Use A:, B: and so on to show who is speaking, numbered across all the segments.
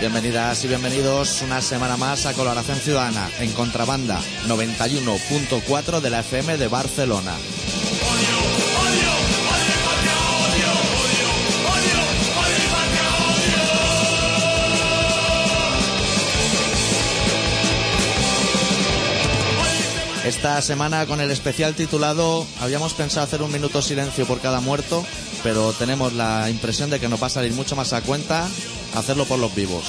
A: Bienvenidas y bienvenidos una semana más a Coloración Ciudadana en Contrabanda 91.4 de la FM de Barcelona. Esta semana con el especial titulado habíamos pensado hacer un minuto silencio por cada muerto, pero tenemos la impresión de que nos va a salir mucho más a cuenta hacerlo por los vivos.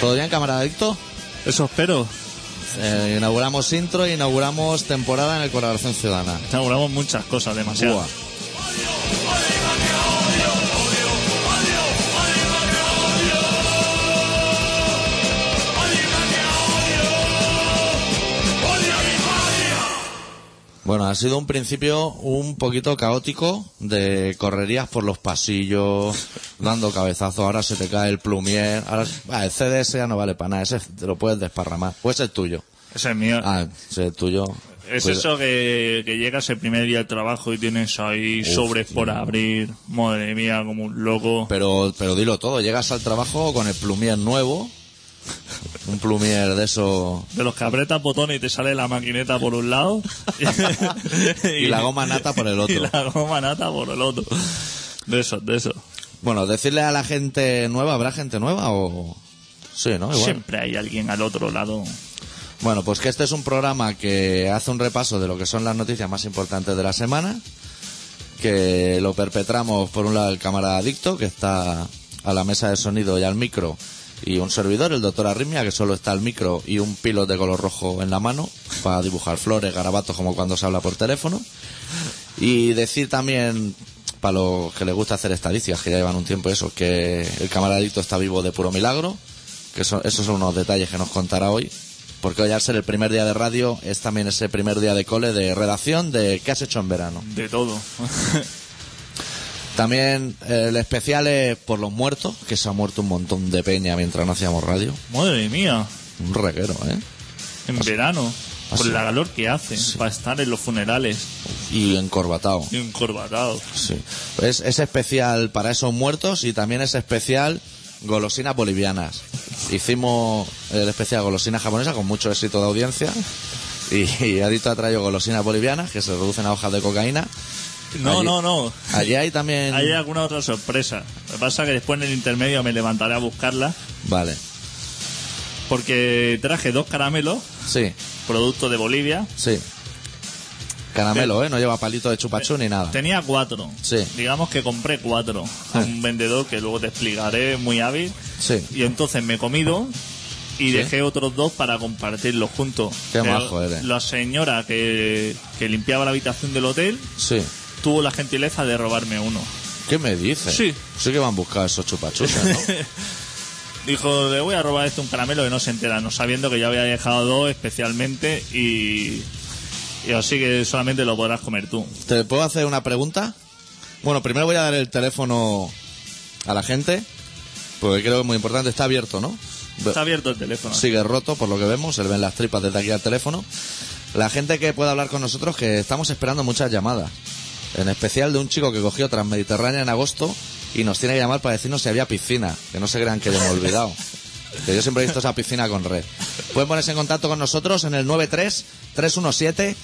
A: ¿Todo bien, camaradicto?
B: Eso espero.
A: Eh, inauguramos intro e inauguramos temporada en el Colaboración Ciudadana.
B: Inauguramos muchas cosas, demasiado.
A: Buah. Bueno, ha sido un principio un poquito caótico de correrías por los pasillos, dando cabezazos, ahora se te cae el plumier, ahora ah, el CDS ya no vale para nada, ese te lo puedes desparramar, o ese es tuyo.
B: Ese es mío.
A: Ah, pues- ese es tuyo.
B: es
A: Cuida-
B: eso que, que llegas el primer día de trabajo y tienes ahí sobres por abrir. Madre mía, como un loco.
A: Pero, pero dilo todo, llegas al trabajo con el plumier nuevo, un plumier de eso
B: De los que apretas botón y te sale la maquineta por un lado. y,
A: y la goma nata por el
B: Y
A: otro.
B: la goma nata por el otro. De eso, de eso.
A: Bueno, decirle a la gente nueva, ¿habrá gente nueva o...? Sí, ¿no? Igual.
B: Siempre hay alguien al otro lado.
A: Bueno, pues que este es un programa que hace un repaso de lo que son las noticias más importantes de la semana, que lo perpetramos por un lado el cámara adicto, que está a la mesa de sonido y al micro, y un servidor, el doctor Arritmia, que solo está al micro y un pilot de color rojo en la mano, para dibujar flores, garabatos, como cuando se habla por teléfono. Y decir también, para los que les gusta hacer estadísticas, que ya llevan un tiempo eso, que el camaradito está vivo de puro milagro, que eso- esos son unos detalles que nos contará hoy, porque hoy al ser el primer día de radio es también ese primer día de cole de redacción de qué has hecho en verano.
B: De todo.
A: También eh, el especial es por los muertos, que se ha muerto un montón de peña mientras no hacíamos radio.
B: Madre mía.
A: Un reguero, ¿eh?
B: En verano. Por
A: así.
B: la calor que hace. Para estar en los funerales.
A: Y encorbatado.
B: Y encorbatado.
A: Sí. Es, es especial para esos muertos y también es especial golosinas bolivianas. Hicimos el especial golosinas japonesas con mucho éxito de audiencia y, y Adito ha traído golosinas bolivianas que se reducen a hojas de cocaína.
B: No,
A: Allí-
B: no, no.
A: Allí hay también...
B: Hay alguna otra sorpresa. Lo que pasa es que después en el intermedio me levantaré a buscarla
A: Vale.
B: porque traje dos caramelos,
A: Sí,
B: producto de Bolivia.
A: sí. Caramelo, ¿eh? No lleva palito de chupachú ni nada.
B: Tenía cuatro.
A: Sí.
B: Digamos que compré cuatro a un vendedor que luego te explicaré, muy hábil.
A: Sí.
B: Y entonces me he comido y dejé otros dos para compartirlos juntos.
A: Qué
B: Pero
A: majo eres.
B: La señora que, que limpiaba la habitación del hotel
A: Sí.
B: tuvo la gentileza de robarme uno.
A: ¿Qué me dices?
B: Sí.
A: Sí que van a buscar esos chupachus, ¿no?
B: Dijo, le voy a robar este un caramelo que no se entera, no sabiendo que yo había dejado dos especialmente y, y así que solamente lo podrás comer tú.
A: ¿Te puedo hacer una pregunta? Bueno, primero voy a dar el teléfono a la gente, porque creo que es muy importante. Está abierto, ¿no? Ve-
B: Está abierto el teléfono.
A: Sigue roto, por lo que vemos. Se le ven las tripas desde aquí al teléfono. La gente que pueda hablar con nosotros, que estamos esperando muchas llamadas. En especial de un chico que cogió Transmediterránea en agosto y nos tiene que llamar para decirnos si había piscina. Que no se crean que lo hemos olvidado. Que yo siempre he visto esa piscina con red. Pueden ponerse en contacto con nosotros en el 93 317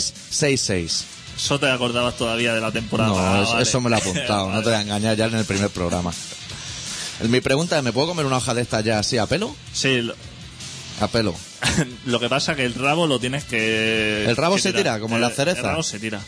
A: 7366.
B: Eso te acordabas todavía de la temporada.
A: No,
B: Ah,
A: es-
B: vale.
A: eso me lo he apuntado, no te voy a engañar ya en el primer programa. Mi pregunta es, ¿me puedo comer una hoja de esta ya así a pelo?
B: Sí, lo,
A: A pelo.
B: lo que pasa es que el rabo lo tienes que...
A: ¿El rabo
B: que
A: se
B: tirar.
A: tira, como en
B: El-
A: la cereza?
B: El rabo se tira.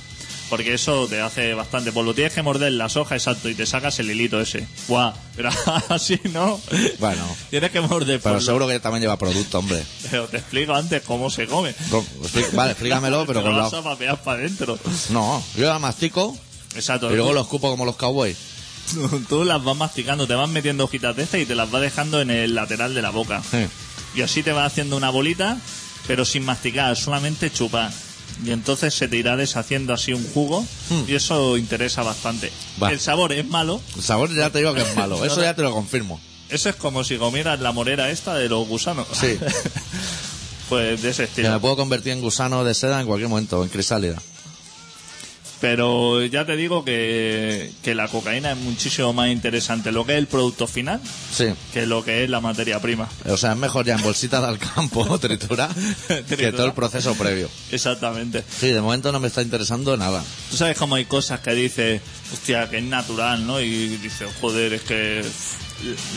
B: Porque eso te hace bastante. Pues lo tienes que morder las hojas, exacto, y te sacas el hilito ese. Guau, pero así no.
A: Bueno.
B: Tienes que morder.
A: Pero
B: por lo-
A: seguro que también lleva producto, hombre.
B: Pero te explico antes cómo se come.
A: Con- expli- Vale, explícamelo, pero
B: Te
A: con
B: lo
A: la...
B: vas a papear para adentro.
A: No, yo la mastico
B: Exacto.
A: y luego
B: tú-
A: los cupo como los cowboys.
B: tú, las vas masticando, te vas metiendo hojitas de estas y te las vas dejando en el lateral de la boca.
A: Sí.
B: Y así te va haciendo una bolita, pero sin masticar, solamente chupar. Y entonces se te irá deshaciendo así un jugo y eso interesa bastante.
A: Hmm. Va.
B: El sabor es malo.
A: El sabor ya te digo que es malo, eso ya te lo confirmo.
B: Eso es como si comieras la morera esta de los gusanos.
A: Sí.
B: pues de ese estilo.
A: Que me puedo convertir en gusano de seda en cualquier momento, en crisálida.
B: Pero ya te digo que, que la cocaína es muchísimo más interesante lo que es el producto final
A: Sí.
B: que lo que es la materia prima.
A: O sea, es mejor ya en bolsitas al campo, tritura, que
B: Tritura.
A: todo el proceso previo.
B: Exactamente.
A: Sí, de momento no me está interesando nada.
B: Tú sabes cómo hay cosas que dices, hostia, que es natural, ¿no? Y dices, joder, es que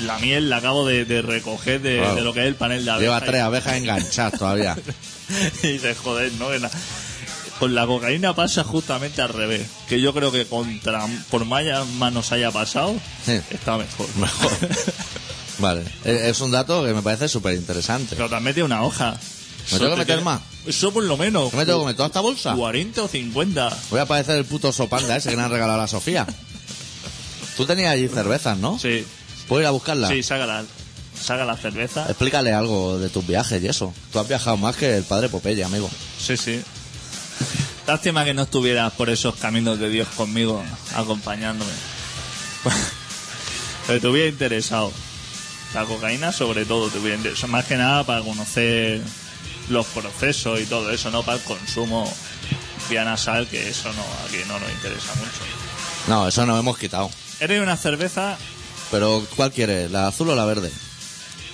B: la miel la acabo de, de recoger de,
A: Claro.
B: de lo que es el panel de abejas.
A: Lleva tres abejas enganchadas todavía.
B: Y dices, joder, ¿no? Que na- Con la cocaína pasa justamente al revés. Que yo creo que contra por más, más nos haya pasado,
A: Sí.
B: está mejor.
A: Mejor. Vale, E- es un dato que me parece súper interesante.
B: Pero te has metido una hoja. Eso
A: tengo que
B: te
A: meter
B: queda-
A: más?
B: Eso por lo menos.
A: ¿Qué me tengo que meter toda esta bolsa?
B: 40 o 50.
A: Voy a parecer el puto sopanda ese que le han regalado a la Sofía. Tú tenías allí cervezas, ¿no?
B: Sí,
A: ¿Puedo ir a buscarla?
B: sí, saca la, saca la cerveza.
A: Explícale algo de tus viajes y eso. Tú has viajado más que el padre Popeye, amigo.
B: Sí, sí. Lástima que no estuvieras por esos caminos de Dios conmigo, acompañándome. Pero te hubiera interesado. La cocaína, sobre todo, te hubiera interesado. Más que nada para conocer los procesos y todo eso, no para el consumo vía nasal, que eso no, aquí no nos interesa mucho.
A: No, eso nos hemos quitado.
B: Eres una cerveza,
A: Pero, ¿cuál quieres? ¿La azul o la verde?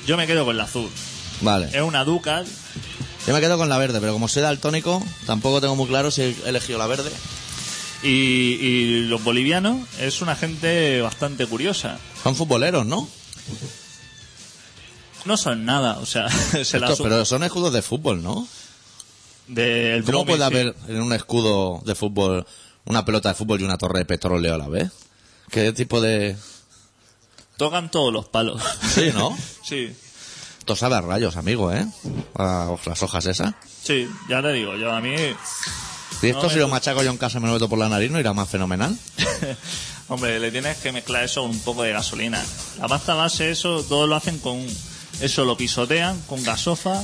B: yo me quedo con la azul.
A: Vale.
B: Es una Ducal,
A: Yo me quedo con la verde, pero como soy daltónico, tampoco tengo muy claro si he elegido la verde.
B: Y, y los bolivianos es una gente bastante curiosa.
A: Son futboleros, ¿no?
B: No son nada, o sea, se la
A: Estos-
B: su-
A: pero son escudos de fútbol, ¿no?
B: del
A: ¿Cómo
B: Blooming,
A: puede
B: sí.
A: haber en un escudo de fútbol una pelota de fútbol y una torre de petróleo a la vez? ¿Qué tipo de...?
B: Tocan todos los palos.
A: Sí, ¿no?
B: sí,
A: Esto sabe a rayos, amigo, ¿eh? A las hojas esas.
B: sí, ya te digo, yo a mí.
A: Y esto
B: No,
A: si
B: me
A: lo
B: gusta.
A: machaco yo en casa y me lo meto por la nariz, ¿no irá más fenomenal?
B: Hombre, le tienes que mezclar eso con un poco de gasolina. La pasta base, eso, todo lo hacen con. Eso lo pisotean con gasofa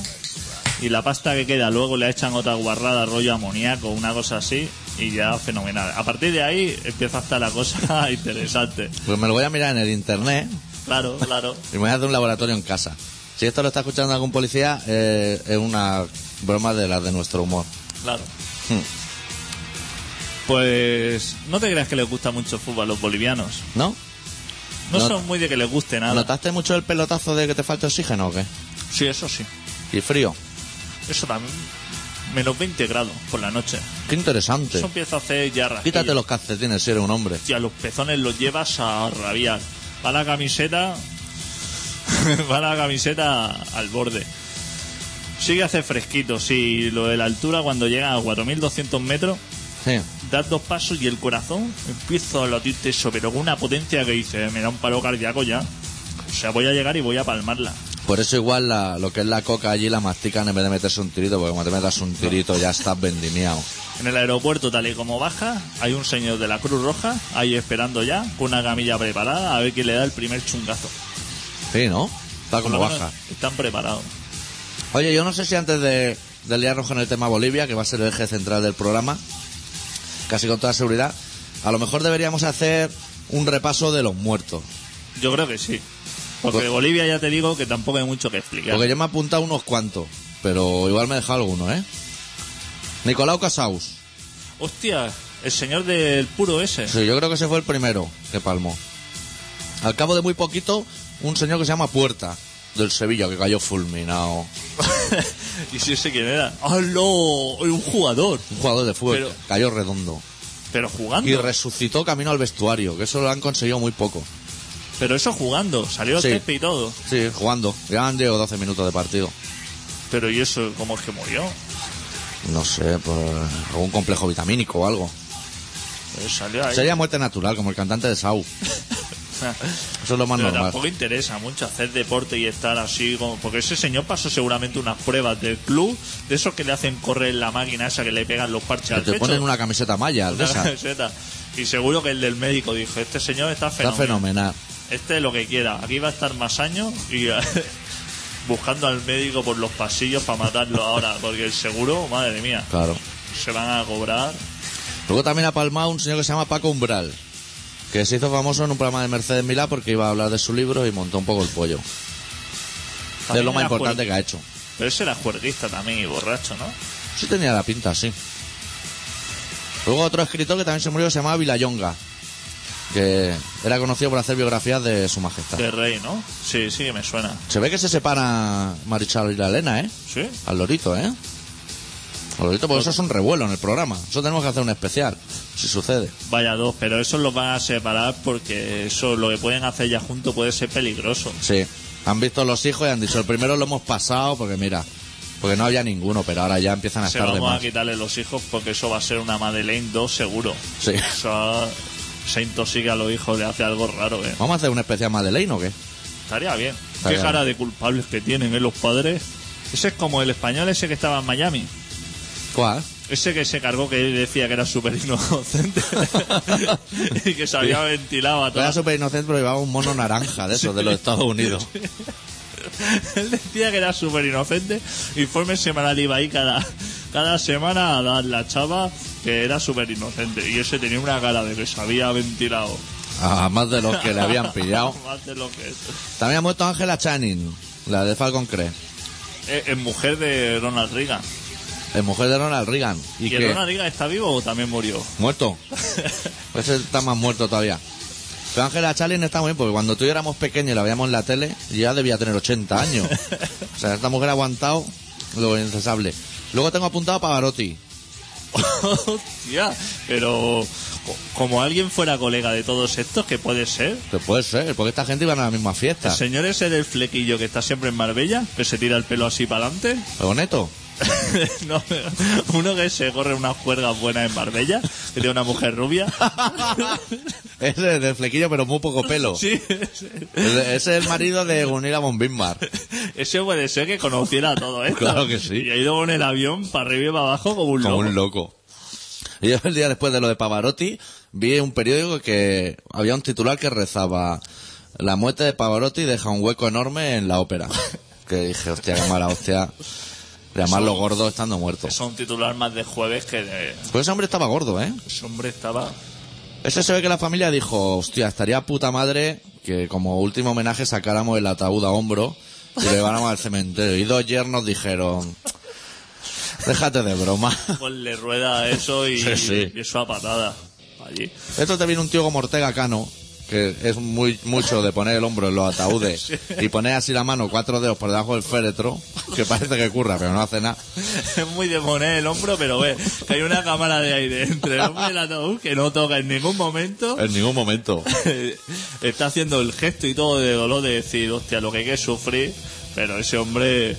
B: y la pasta que queda luego le echan otra guarrada, rollo amoníaco, una cosa así, y ya fenomenal. A partir de ahí empieza hasta la cosa interesante.
A: Pues me lo voy a mirar en el internet
B: Claro, claro.
A: y me voy a hacer un laboratorio en casa. Si esto lo está escuchando algún policía, eh, es una broma de las de nuestro humor.
B: Claro. Pues no te creas que les gusta mucho el fútbol a los bolivianos.
A: ¿No?
B: No,
A: No-
B: son muy de que les guste nada.
A: ¿Notaste mucho el pelotazo de que te falta oxígeno o qué?
B: Sí, eso sí.
A: Y frío.
B: Eso también. Menos 20 grados por la noche.
A: Qué interesante.
B: Eso empieza a hacer ya rasquillo.
A: Quítate los calcetines si eres un hombre.
B: Hostia, los pezones los llevas a rabiar. Va la camiseta. va la camiseta al borde. Sí que hace fresquito, sí. Lo de la altura cuando llega a 4.200 metros.
A: Sí.
B: das dos pasos y el corazón empieza a latirte eso, pero con una potencia que dice, "Eh, me da un paro cardíaco ya. O sea, voy a llegar y voy a palmarla.
A: Por eso igual la- lo que es la coca allí la mastican en vez de meterse un tirito, porque como te metas un tirito ya estás vendimiado.
B: En el aeropuerto, tal y como baja, hay un señor de la Cruz Roja ahí esperando ya, con una camilla preparada, a ver quién le da el primer chungazo.
A: Sí, ¿no?
B: Por
A: Está como
B: lo menos
A: baja.
B: Están preparados.
A: Oye, yo no sé si antes de, de liarnos con el tema Bolivia, que va a ser el eje central del programa, casi con toda seguridad, a lo mejor deberíamos hacer un repaso de los muertos.
B: Yo creo que sí. Porque
A: Pues-
B: de Bolivia ya te digo que tampoco hay mucho que explicar.
A: Porque yo me he apuntado unos cuantos, pero igual me he dejado algunos, ¿eh? Nicolau Casaus.
B: Hostia, el señor del puro ese.
A: Sí, yo creo que ese fue el primero que palmó. Al cabo de muy poquito, un señor que se llama Puerta, del Sevilla, que cayó fulminado.
B: y si ese quién era. ¡Halo! Un jugador.
A: Un jugador de fútbol,
B: Pero-
A: que cayó redondo.
B: Pero jugando.
A: Y resucitó camino al vestuario, que eso lo han conseguido muy poco.
B: Pero eso jugando, salió el
A: Sí.
B: césped y todo.
A: Sí, jugando. Llevan 10 o 12 minutos de partido.
B: Pero ¿y eso cómo es que murió? Eh,
A: No sé, por algún complejo vitamínico o algo.
B: Pues salió ahí.
A: Sería muerte natural, como el cantante de Sau. Eso es lo más
B: Pero
A: normal.
B: tampoco interesa mucho hacer deporte y estar así como... Porque ese señor pasó seguramente unas pruebas del club, de esos que le hacen correr en la máquina esa que le pegan los parches
A: Que
B: al
A: te
B: pecho.
A: ponen una camiseta malla, de
B: Una
A: esa.
B: camiseta. Y seguro que el del médico dijo, este señor está
A: Está
B: fenomenal.
A: fenomenal.
B: Este es lo que quiera. Aquí va a estar más años y... buscando al médico por los pasillos para matarlo ahora, porque el seguro, madre mía,
A: Claro.
B: se van a cobrar.
A: Luego también ha palmado un señor que se llama Paco Umbral, que se hizo famoso en un programa de Mercedes Milá porque iba a hablar de su libro y montó un poco el pollo. es
B: También
A: lo más
B: era
A: importante
B: juer-
A: que ha hecho.
B: Pero ese era juerguista también y borracho, ¿no?
A: Sí tenía la pinta, sí. Luego otro escritor que también se murió que se llamaba Vilayonga, que era conocido por hacer biografías de su majestad.
B: De rey, ¿no? Sí, sí, me suena.
A: Se ve que se separa Marichal y la Elena, ¿eh?
B: ¿Sí?
A: Al lorito, ¿eh? Al lorito, porque eso es un revuelo en el programa. Eso tenemos que hacer un especial, si sucede.
B: Vaya dos, pero esos los van a separar porque eso, lo que pueden hacer ya juntos puede ser peligroso.
A: Sí. Han visto los hijos y han dicho, el primero lo hemos pasado porque mira, porque no había ninguno, pero ahora ya empiezan a
B: Se
A: estar de
B: vamos a
A: más.
B: quitarle los hijos porque eso va a ser una Madeleine 2 seguro.
A: Sí.
B: Eso se intoxica a los hijos, le hace algo raro, ¿eh?
A: Vamos a hacer un especial Madeleine o qué?
B: Estaría bien.
A: Estaría
B: Qué cara de culpables que tienen, ¿eh? Los padres. Ese es como el español ese que estaba en Miami.
A: ¿Cuál?
B: Ese que se cargó que decía que era súper inocente y que se había ventilado a
A: Era
B: todas.
A: súper inocente, pero llevaba un mono naranja de esos, de los Estados Unidos.
B: Él decía que era súper inocente. Informe semanal iba ahí cada, cada semana a dar la chava que era súper inocente. Y ese tenía una cara de que se había ventilado.
A: A más de los que le habían pillado.
B: Más de lo que es.
A: También ha muerto Ángela Channing, la de Falcon Crest,
B: Es, es Eh, mujer de Ronald Reagan.
A: la mujer de Ronald Reagan.
B: ¿Y,
A: ¿Y,
B: el
A: que
B: Ronald Reagan está vivo o también murió?
A: ¿Muerto? Ese está más muerto todavía. Pero Ángela Channing está muy bien, porque cuando tú y yo éramos pequeños y la veíamos en la tele, ya debía tener 80 años. O sea, esta mujer ha aguantado lo incesable. Luego tengo apuntado a Pavarotti.
B: Hostia, pero co- como alguien fuera colega de todos estos, que puede ser,
A: Que Pues puede ser, porque esta gente iban a la misma
B: el
A: fiesta.
B: señor ese del flequillo que está siempre en Marbella, que se tira el pelo así para adelante,
A: Pero neto.
B: No, uno que se corre unas cuerdas buenas en Marbella, que tiene una mujer rubia.
A: Ese es del flequillo, pero muy poco pelo.
B: Sí, ese,
A: Ese es el marido de Gunilla von Bismarck.
B: ese puede ser que conociera todo esto.
A: Claro que sí.
B: Y ha ido con el avión para arriba y para abajo como un
A: Como
B: loco.
A: un loco. Y yo el día después de lo de Pavarotti vi un periódico que había un titular que rezaba La muerte de Pavarotti deja un hueco enorme en la ópera. Que dije, hostia, qué mala hostia. Llamarlo gordo estando muerto.
B: Es un titular más de jueves que de...
A: Pues ese hombre estaba gordo, ¿eh?
B: Ese hombre estaba...
A: Ese se ve que la familia dijo, hostia, estaría puta madre que como último homenaje sacáramos el ataúd a hombro y lo lleváramos al cementerio. Y dos yernos dijeron, déjate de broma.
B: Ponle rueda a eso y,
A: Sí, sí.
B: y eso a patada. Allí.
A: Esto te viene un tío como Ortega Cano, que es muy mucho de poner el hombro en los ataúdes y poner así la mano cuatro dedos por debajo del féretro, que parece que curra, pero no hace nada.
B: Es muy de poner el hombro, pero ve, que hay una cámara de aire entre el hombro y el ataúd que no toca en ningún momento.
A: En ningún momento.
B: Está haciendo el gesto y todo de dolor de decir, hostia, lo que hay que sufrir, pero ese hombre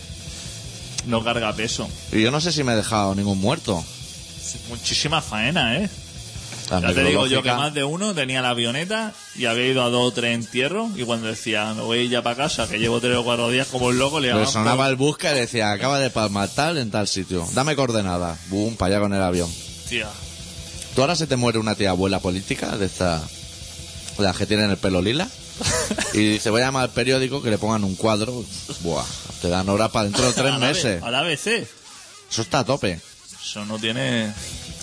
B: no carga peso.
A: Y yo no sé si me he dejado ningún muerto.
B: Muchísima faena, ¿eh?
A: La
B: Ya te digo yo que
A: necrológica-
B: más de uno tenía la avioneta y había ido a dos o tres entierros y cuando decía, me voy ya para casa, que llevo tres o cuatro días como un loco, le
A: Le
B: daban
A: sonaba
B: por-
A: el busca y decía, acaba de palmar tal en tal sitio. Dame coordenadas. Boom, para allá con el avión.
B: Hostia.
A: ¿Tú ahora se te muere una tía abuela política de esta... de las que tienen el pelo lila? Y se voy a llamar al periódico que le pongan un cuadro. Buah, te dan hora para dentro de tres
B: A la
A: meses.
B: B- A la ABC.
A: Eso está a tope.
B: Eso no tiene...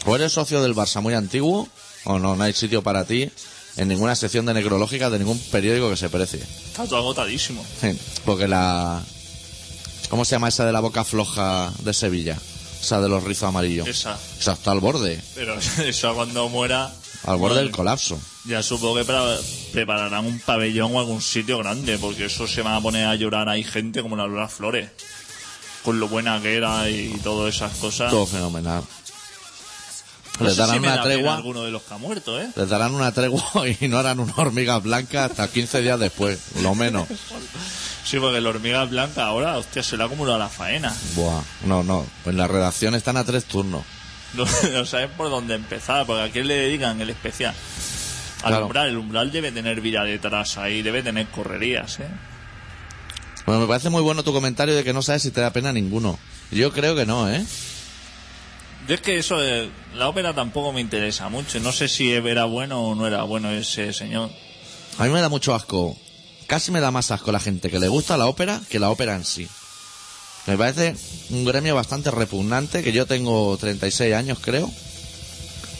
A: O eres socio del Barça muy antiguo, o no, no hay sitio para ti en ninguna sección de necrológica de ningún periódico que se precie.
B: Está todo agotadísimo.
A: Sí, Porque la... ¿Cómo se llama esa de la boca floja de Sevilla? Esa de los rizos amarillos.
B: Esa.
A: Esa está al borde,
B: Pero eso cuando muera...
A: al borde
B: Madre
A: del colapso.
B: Ya supongo que pra- prepararán un pabellón o algún sitio grande, porque eso se van a poner a llorar ahí gente como la Lola Flores, con lo buena que era y todas esas cosas.
A: Todo fenomenal.
B: Ah. No
A: Les
B: sé
A: Pues, darán
B: si me
A: una
B: da pena
A: tregua,
B: alguno de los que ha muerto, ¿eh?
A: les darán una tregua y no harán una hormiga blanca hasta 15 días después, lo menos.
B: Sí, porque la hormiga blanca ahora, hostia, se le ha acumulado la faena.
A: Buah, no, no. En la redacción están a tres turnos.
B: No, no saben por dónde empezar, porque a quién le dedican el especial. Al
A: Claro.
B: umbral, el umbral debe tener vida detrás ahí, debe tener correrías, ¿eh?
A: Bueno, me parece muy bueno tu comentario de que no sabes si te da pena ninguno. Yo creo que no, ¿eh?
B: Yo es que eso, de la ópera tampoco me interesa mucho. No sé si era bueno o no era bueno ese señor.
A: A mí me da mucho asco Casi me da más asco la gente que le gusta la ópera que la ópera en sí. Me parece un gremio bastante repugnante, que yo tengo 36 años, creo,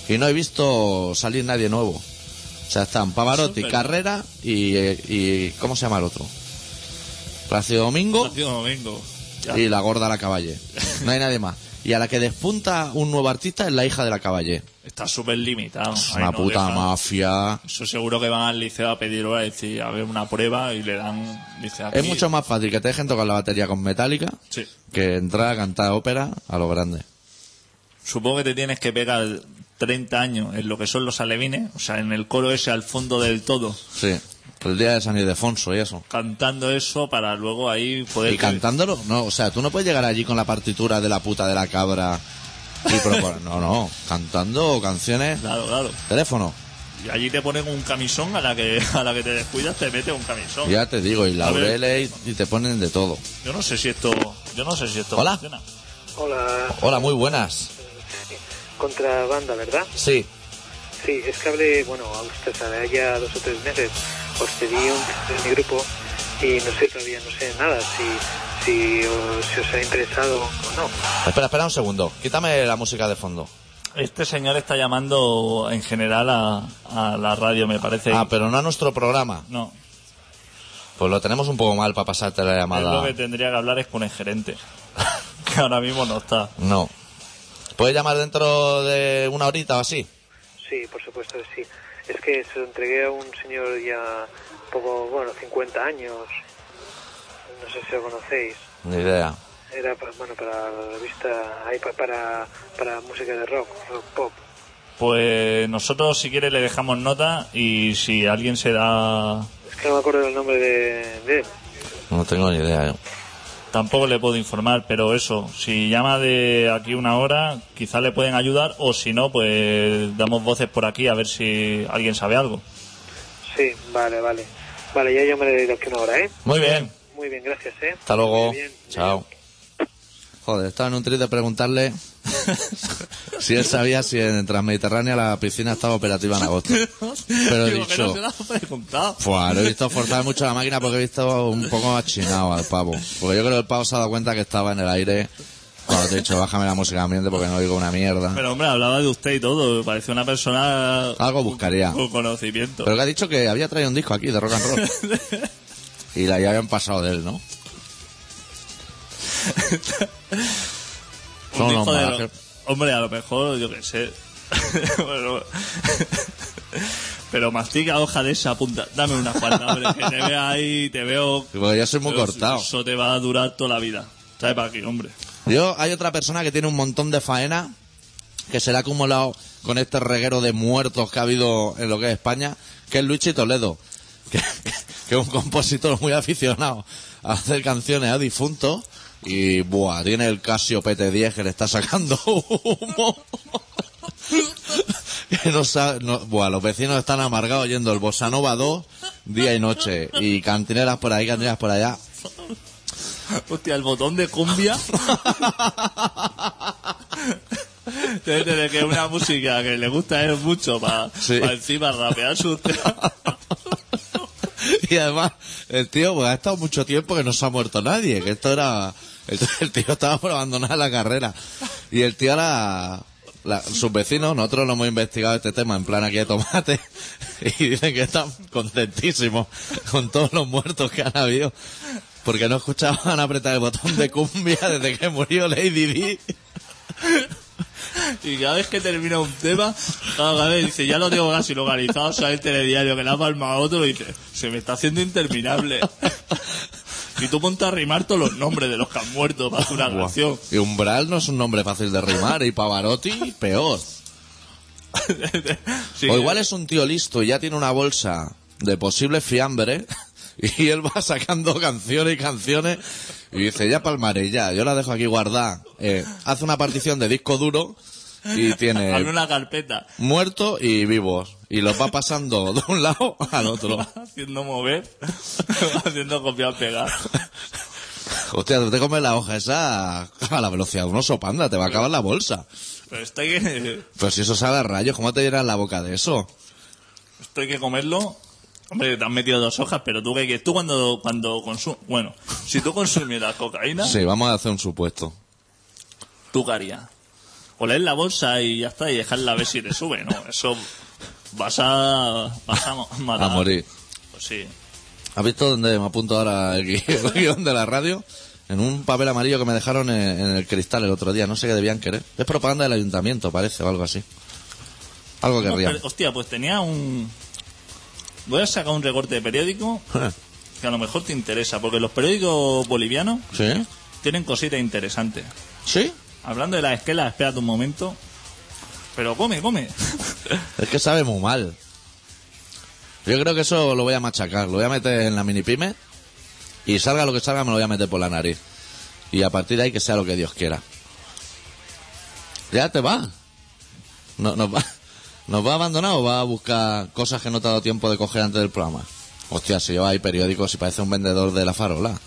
A: y no he visto salir nadie nuevo. O sea, están Pavarotti,
B: Súper.
A: Carrera y, eh, y- ¿Cómo se llama el otro? Plácido Domingo
B: Oh. Nacido domingo. Ya.
A: y la gorda la caballe. No hay nadie más. Y a la que despunta un nuevo artista es la hija de la caballe.
B: Está súper limitado.
A: Es
B: Ahí
A: una
B: no
A: puta
B: dejan.
A: mafia.
B: Eso seguro que van al liceo a pedir hora, decir, a ver una prueba y le dan. Dice, aquí-
A: Es mucho más fácil que te dejen tocar la batería con Metallica
B: Sí.
A: que entrar a cantar ópera a lo grande.
B: Supongo que te tienes que pegar 30 años en lo que son los alevines, o sea, en el coro ese al fondo del todo,
A: Sí. El día de San Ildefonso y eso.
B: cantando eso para luego ahí poder.
A: Y cantándolo, no, o sea, tú no puedes llegar allí con la partitura de la puta de la cabra y proponer. No, no, cantando canciones.
B: Claro, claro.
A: Teléfono,
B: Y allí te ponen un camisón a la que a la que te descuidas, te mete un camisón.
A: ya te digo, y
B: ver.
A: laureles y, y te ponen de todo.
B: Yo no sé si esto. Yo no sé si esto
A: Hola.
B: funciona.
C: Hola,
A: Hola, muy buenas.
C: contrabanda, ¿verdad?
A: Sí,
C: Sí, es que hablé, bueno, a usted sabe, ya dos o tres meses os pedí un de mi grupo y no sé todavía, no sé nada si, si, os, si os ha interesado o no.
A: espera, espera un segundo. Quítame la música de fondo.
B: Este señor está llamando en general a, a la radio, me parece.
A: Ah, pero no a nuestro programa.
B: no.
A: Pues lo tenemos un poco mal para pasarte la
B: Él lo
A: llamada.
B: que tendría que hablar es con el gerente. que ahora mismo no está.
A: No. ¿Puedes llamar dentro de una horita o así?
C: Sí, por supuesto que sí. Es que se lo entregué a un señor ya un poco, bueno, 50 años, no sé si lo conocéis.
A: Ni idea.
C: Era, pa- bueno, para la revista, ahí pa- para, para música de rock, rock pop.
B: Pues nosotros, si quiere, le dejamos nota y si alguien se da.
C: Es que no me acuerdo el nombre de, de él.
A: No tengo ni idea. yo.
B: Tampoco le puedo informar, pero eso, si llama de aquí una hora, quizá le pueden ayudar o si no, pues damos voces por aquí a ver si alguien sabe algo.
C: Sí, vale, vale. Vale, ya llamaré de aquí una hora, ¿eh?
A: Muy bien.
C: Muy bien, gracias, ¿eh?
A: Hasta luego.
C: Muy bien.
A: Chao. Joder, estaba en un triste de preguntarle si él sabía si en Transmediterránea la piscina estaba operativa en agosto. Pero he
B: Digo que no
A: dicho,
B: se lo ha preguntado.
A: "Fua, lo he visto forzar mucho la máquina porque he visto un poco achinado al pavo. Porque yo creo que el pavo se ha dado cuenta que estaba en el aire cuando te he dicho, bájame la música ambiente porque no digo una mierda.
B: Pero hombre, hablaba de usted y todo, parece una persona
A: Algo buscaría.
B: con conocimiento.
A: Pero que ha dicho que había traído un disco aquí de rock and roll. Y la ya habían pasado de él, ¿no? Son
B: Un
A: los
B: hijo de
A: malajes.
B: lo- Hombre, a lo mejor, yo qué sé. Bueno, Pero mastica hoja de esa punta. Dame una cuanta, hombre, que te veo ahí, te veo...
A: Porque yo soy muy
B: Pero
A: cortado.
B: Eso te va a durar toda la vida. Trae para aquí, hombre.
A: Yo, hay otra persona que tiene un montón de faena que se le ha acumulado con este reguero de muertos que ha habido en lo que es España, que es Luigi Toledo, que, que es un compositor muy aficionado a hacer canciones a difuntos y, buah, tiene el Casio PT10 que le está sacando humo. Que no sabe- no- buah, los vecinos están amargados oyendo el Bossa Nova 2 día y noche y cantineras por ahí, cantineras por allá.
B: Hostia, el botón de cumbia. Debe tener este que una música que le gusta a él mucho para
A: Sí.
B: encima rapear su tema.
A: Y además, el tío, pues ha estado mucho tiempo que no se ha muerto nadie, que esto era... El, el tío estaba por abandonar la carrera. Y el tío ahora... la- sus vecinos, nosotros no hemos investigado este tema en plan aquí de tomate, y dicen que están contentísimos con todos los muertos que han habido, porque no escuchaban apretar el botón de cumbia desde que murió Lady Di.
B: Y cada vez que termina un tema, cada vez dice, ya lo tengo casi localizado, sale el telediario que le ha palmado a otro y dice, se me está haciendo interminable. Y tú ponte a rimar todos los nombres de los que han muerto para hacer una canción.
A: Y Umbral no es un nombre fácil de rimar, y Pavarotti, peor.
B: Sí.
A: O Pues igual es un tío listo y ya tiene una bolsa de posibles fiambres y él va sacando canciones y canciones y dice, ya palmaré, ya, yo la dejo aquí guardada. Eh, hace una partición de disco duro y
B: Abre
A: tiene
B: una carpeta.
A: muertos y vivos y los va pasando de un lado al otro.
B: haciendo mover, haciendo copiar pegar.
A: Hostia, te comes la hoja esa a la velocidad de un oso panda, te va a acabar la bolsa. Pues
B: Pero esto hay que,
A: Pero si eso sale a rayos, ¿cómo te llenas la boca de eso?
B: esto hay que comerlo Hombre, te han metido dos hojas, pero tú qué quieres. Tú cuando, cuando consumes. Bueno, si tú consumieras cocaína,
A: Sí, vamos a hacer un supuesto.
B: tú qué harías. O leer la bolsa y ya está, y dejarla a ver si te sube, ¿no? Eso. Vas a. Vas a matar.
A: A morir.
B: Pues sí.
A: ¿Has visto dónde me apunto ahora el gui- el guión de la radio? En un papel amarillo que me dejaron en, en el cristal el otro día. No sé qué debían querer. Es propaganda del ayuntamiento, parece, o algo así. Algo
B: No,
A: querrían.
B: pero, hostia, pues tenía un. Voy a sacar un recorte de periódico que a lo mejor te interesa, porque los periódicos bolivianos
A: ¿Sí?
B: tienen cositas interesantes.
A: ¿Sí?
B: Hablando de las esquelas, espérate un momento. Pero come, come.
A: Es que sabe muy mal. Yo creo que eso lo voy a machacar. Lo voy a meter en la mini pyme. Y salga lo que salga, me lo voy a meter por la nariz. Y a partir de ahí que sea lo que Dios quiera. Ya te va. No, nos, va ¿Nos va a abandonar o va a buscar cosas que no te ha dado tiempo de coger antes del programa? Hostia, si yo hay periódicos y parece un vendedor de la farola.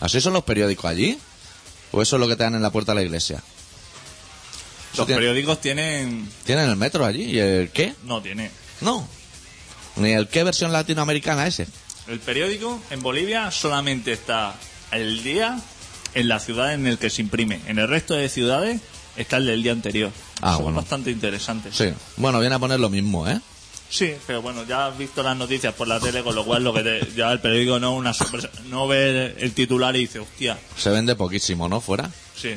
A: ¿Así son los periódicos allí? ¿O eso es lo que te dan en la puerta de la iglesia?
B: Los
A: tiene-
B: periódicos tienen.
A: ¿Tienen el metro allí? ¿Y el qué?
B: No, tiene.
A: No. Ni el qué versión latinoamericana ese.
B: El periódico en Bolivia solamente está el día en la ciudad en el que se imprime. En el resto de ciudades está el del día anterior.
A: Ah,
B: Eso es
A: bueno.
B: bastante interesante.
A: Sí. Bueno, viene a poner lo mismo, ¿eh?
B: Sí, pero bueno, ya has visto las noticias por la tele, con lo cual lo que te- ya el periódico no es una sorpresa. No ver el titular y dice, hostia,
A: Se vende poquísimo, ¿no? Fuera.
B: sí.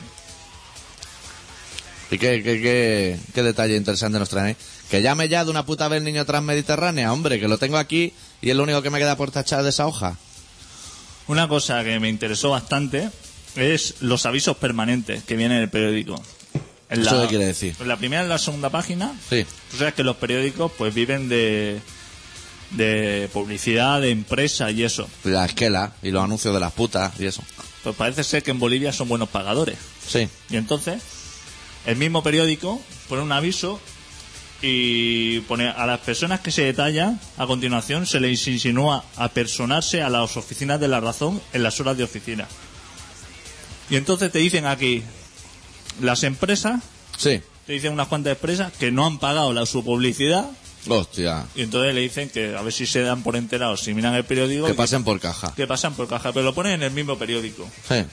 A: ¿Y qué, qué, qué, qué detalle interesante nos traen ahí? Que llame ya de una puta vez el niño transmediterránea, hombre, que lo tengo aquí y es lo único que me queda por tachar de esa hoja.
B: Una cosa que me interesó bastante es los avisos permanentes que vienen en el periódico. En
A: ¿Eso qué quiere decir?
B: En la primera y la segunda página.
A: Sí.
B: Tú sabes que los periódicos pues viven de, de publicidad, de empresa y eso.
A: La esquela y los anuncios de las putas y eso.
B: Pues parece ser que en Bolivia son buenos pagadores.
A: Sí.
B: Y entonces, el mismo periódico pone un aviso y pone a las personas que se detallan, a continuación se les insinúa apersonarse a las oficinas de la razón en las horas de oficina. Y entonces te dicen aquí, las empresas,
A: Sí.
B: te dicen unas cuantas empresas que no han pagado la, su publicidad
A: Hostia.
B: y entonces le dicen que a ver si se dan por enterados, si miran el periódico,
A: Que
B: y
A: pasen por caja.
B: que pasan por caja, pero lo ponen en el mismo periódico.
A: Sí.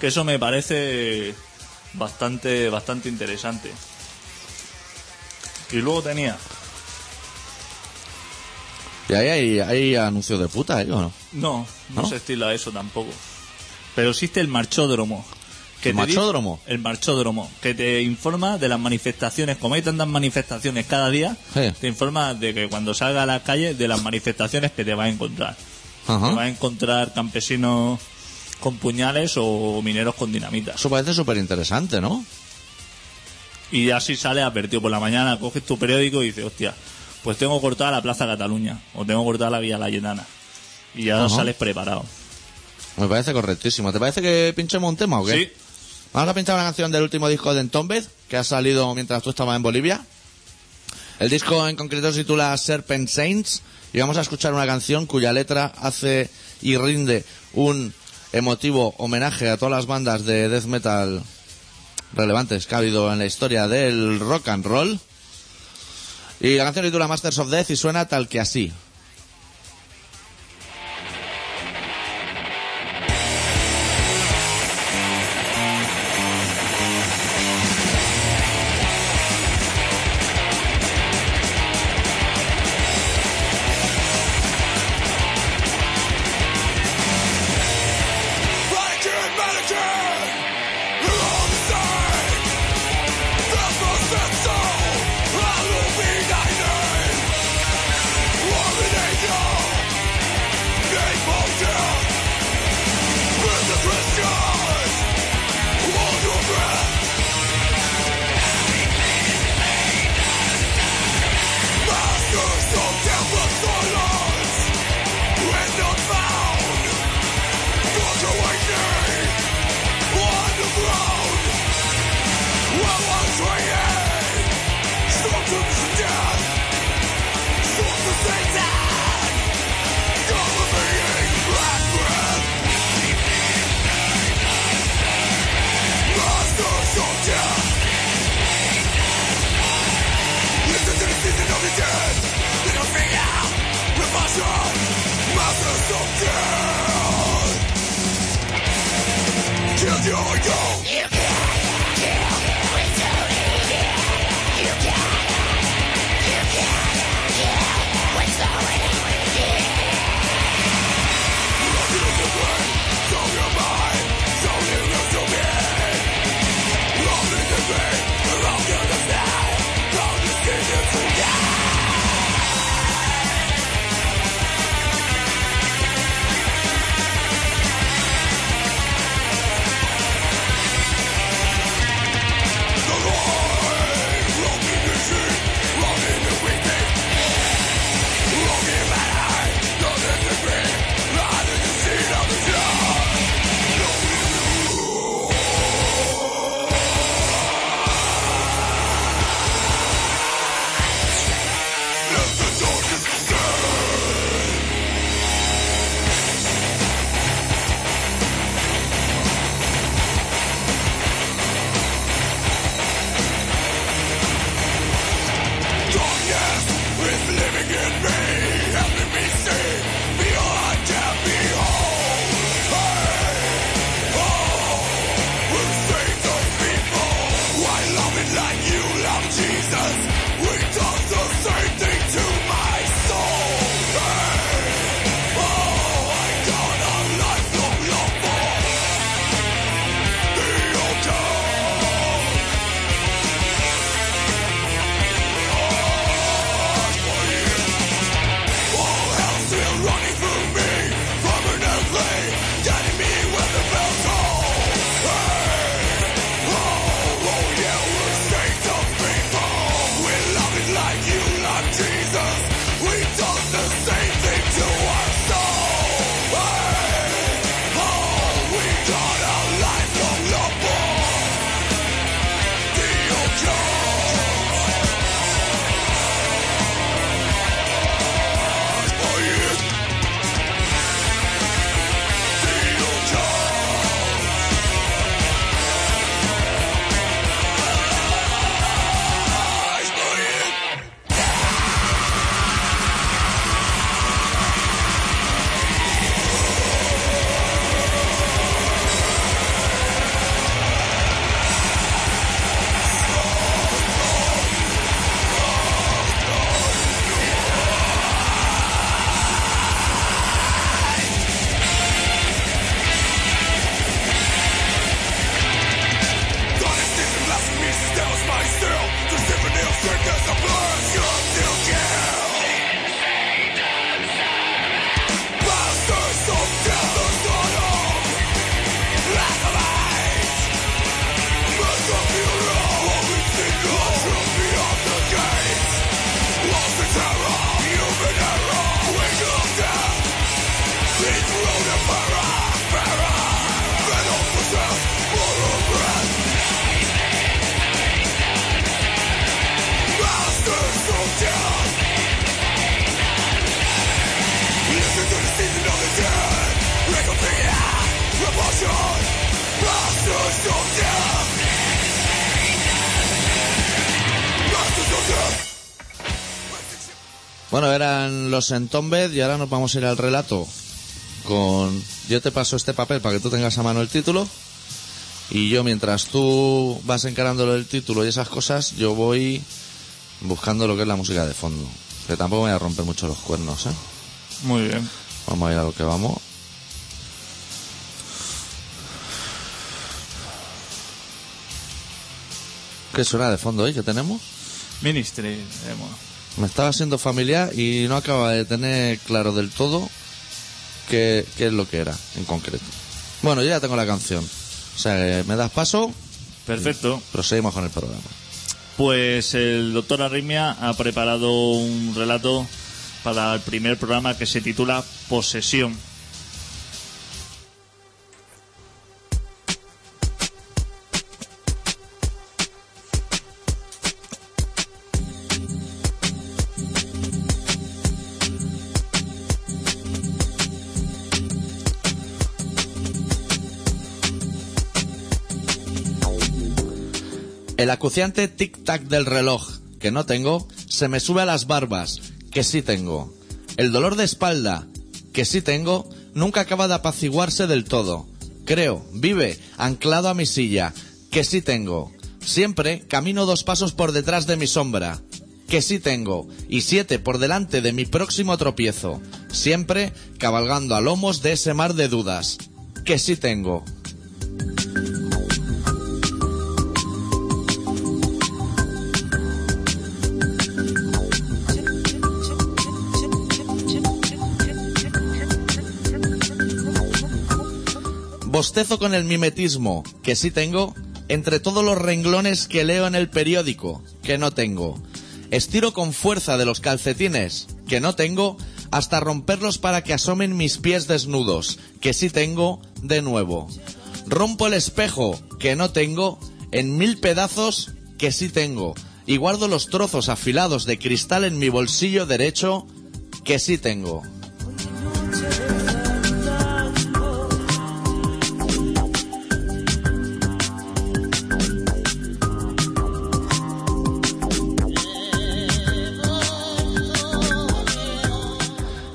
B: Que eso me parece bastante, bastante interesante. Y luego tenía.
A: Y ahí hay, hay anuncios de puta, ¿eh? ¿O no?
B: No, no,
A: ¿No?
B: se estila eso tampoco. Pero existe el marchódromo.
A: ¿El
B: te di-
A: marchódromo?
B: El marchódromo, que te informa de las manifestaciones. Como hay tantas manifestaciones cada día,
A: Sí.
B: te informa de que cuando salga a las calles, de las manifestaciones que te vas a encontrar. Te vas
A: Ajá.
B: a encontrar campesinos con puñales o mineros con dinamitas.
A: Eso parece súper interesante, ¿no?
B: Y así sales advertido por la mañana, coges tu periódico y dices, hostia, pues tengo cortada la Plaza Cataluña o tengo cortada la Vía Layetana. Y ya
A: Ajá.
B: sales preparado.
A: Me parece correctísimo. ¿Te parece que pinchemos un tema o qué?
B: Sí,
A: Vamos a pinchar una canción del último disco de Entombed, que ha salido mientras tú estabas en Bolivia. El disco en concreto se titula Serpent Saints y vamos a escuchar una canción cuya letra hace y rinde un emotivo homenaje a todas las bandas de death metal relevantes que ha habido en la historia del rock and roll. Y la canción se titula Masters of Death y suena tal que así.
D: Mannequin, mannequin, we're all the same. The most mental, illuminated. Warring angel, hateful death. With the Christians, hold your breath. Masters of temple silence, when not found. Got your white knee. kill your young.
A: Bueno, eran los entombed y ahora nos vamos a ir al relato con... Yo te paso este papel para que tú tengas a mano el título y yo mientras tú vas encarando el título y esas cosas, yo voy buscando lo que es la música de fondo. Que tampoco me voy a romper mucho los cuernos, ¿eh?
B: Muy bien.
A: Vamos a ir a lo que vamos. ¿Qué suena de fondo hoy que tenemos?
B: Ministry, tenemos.
A: Me estaba haciendo familiar y no acaba de tener claro del todo qué, qué es lo que era en concreto. Bueno, yo ya tengo la canción. O sea, que me das paso,
B: Perfecto.
A: proseguimos con el programa.
B: Pues el doctor Arritmia ha preparado un relato para el primer programa que se titula Posesión.
A: El acuciante tic-tac del reloj, que no tengo, se me sube a las barbas, que sí tengo. El dolor de espalda, que sí tengo, nunca acaba de apaciguarse del todo, creo, vive, anclado a mi silla, que sí tengo. Siempre camino dos pasos por detrás de mi sombra, que sí tengo, y siete por delante de mi próximo tropiezo. Siempre cabalgando a lomos de ese mar de dudas, que sí tengo. Bostezo con el mimetismo, que sí tengo, entre todos los renglones que leo en el periódico, que no tengo. Estiro con fuerza de los calcetines, que no tengo, hasta romperlos para que asomen mis pies desnudos, que sí tengo, de nuevo. Rompo el espejo, que no tengo, en mil pedazos, que sí tengo. Y guardo los trozos afilados de cristal en mi bolsillo derecho, que sí tengo.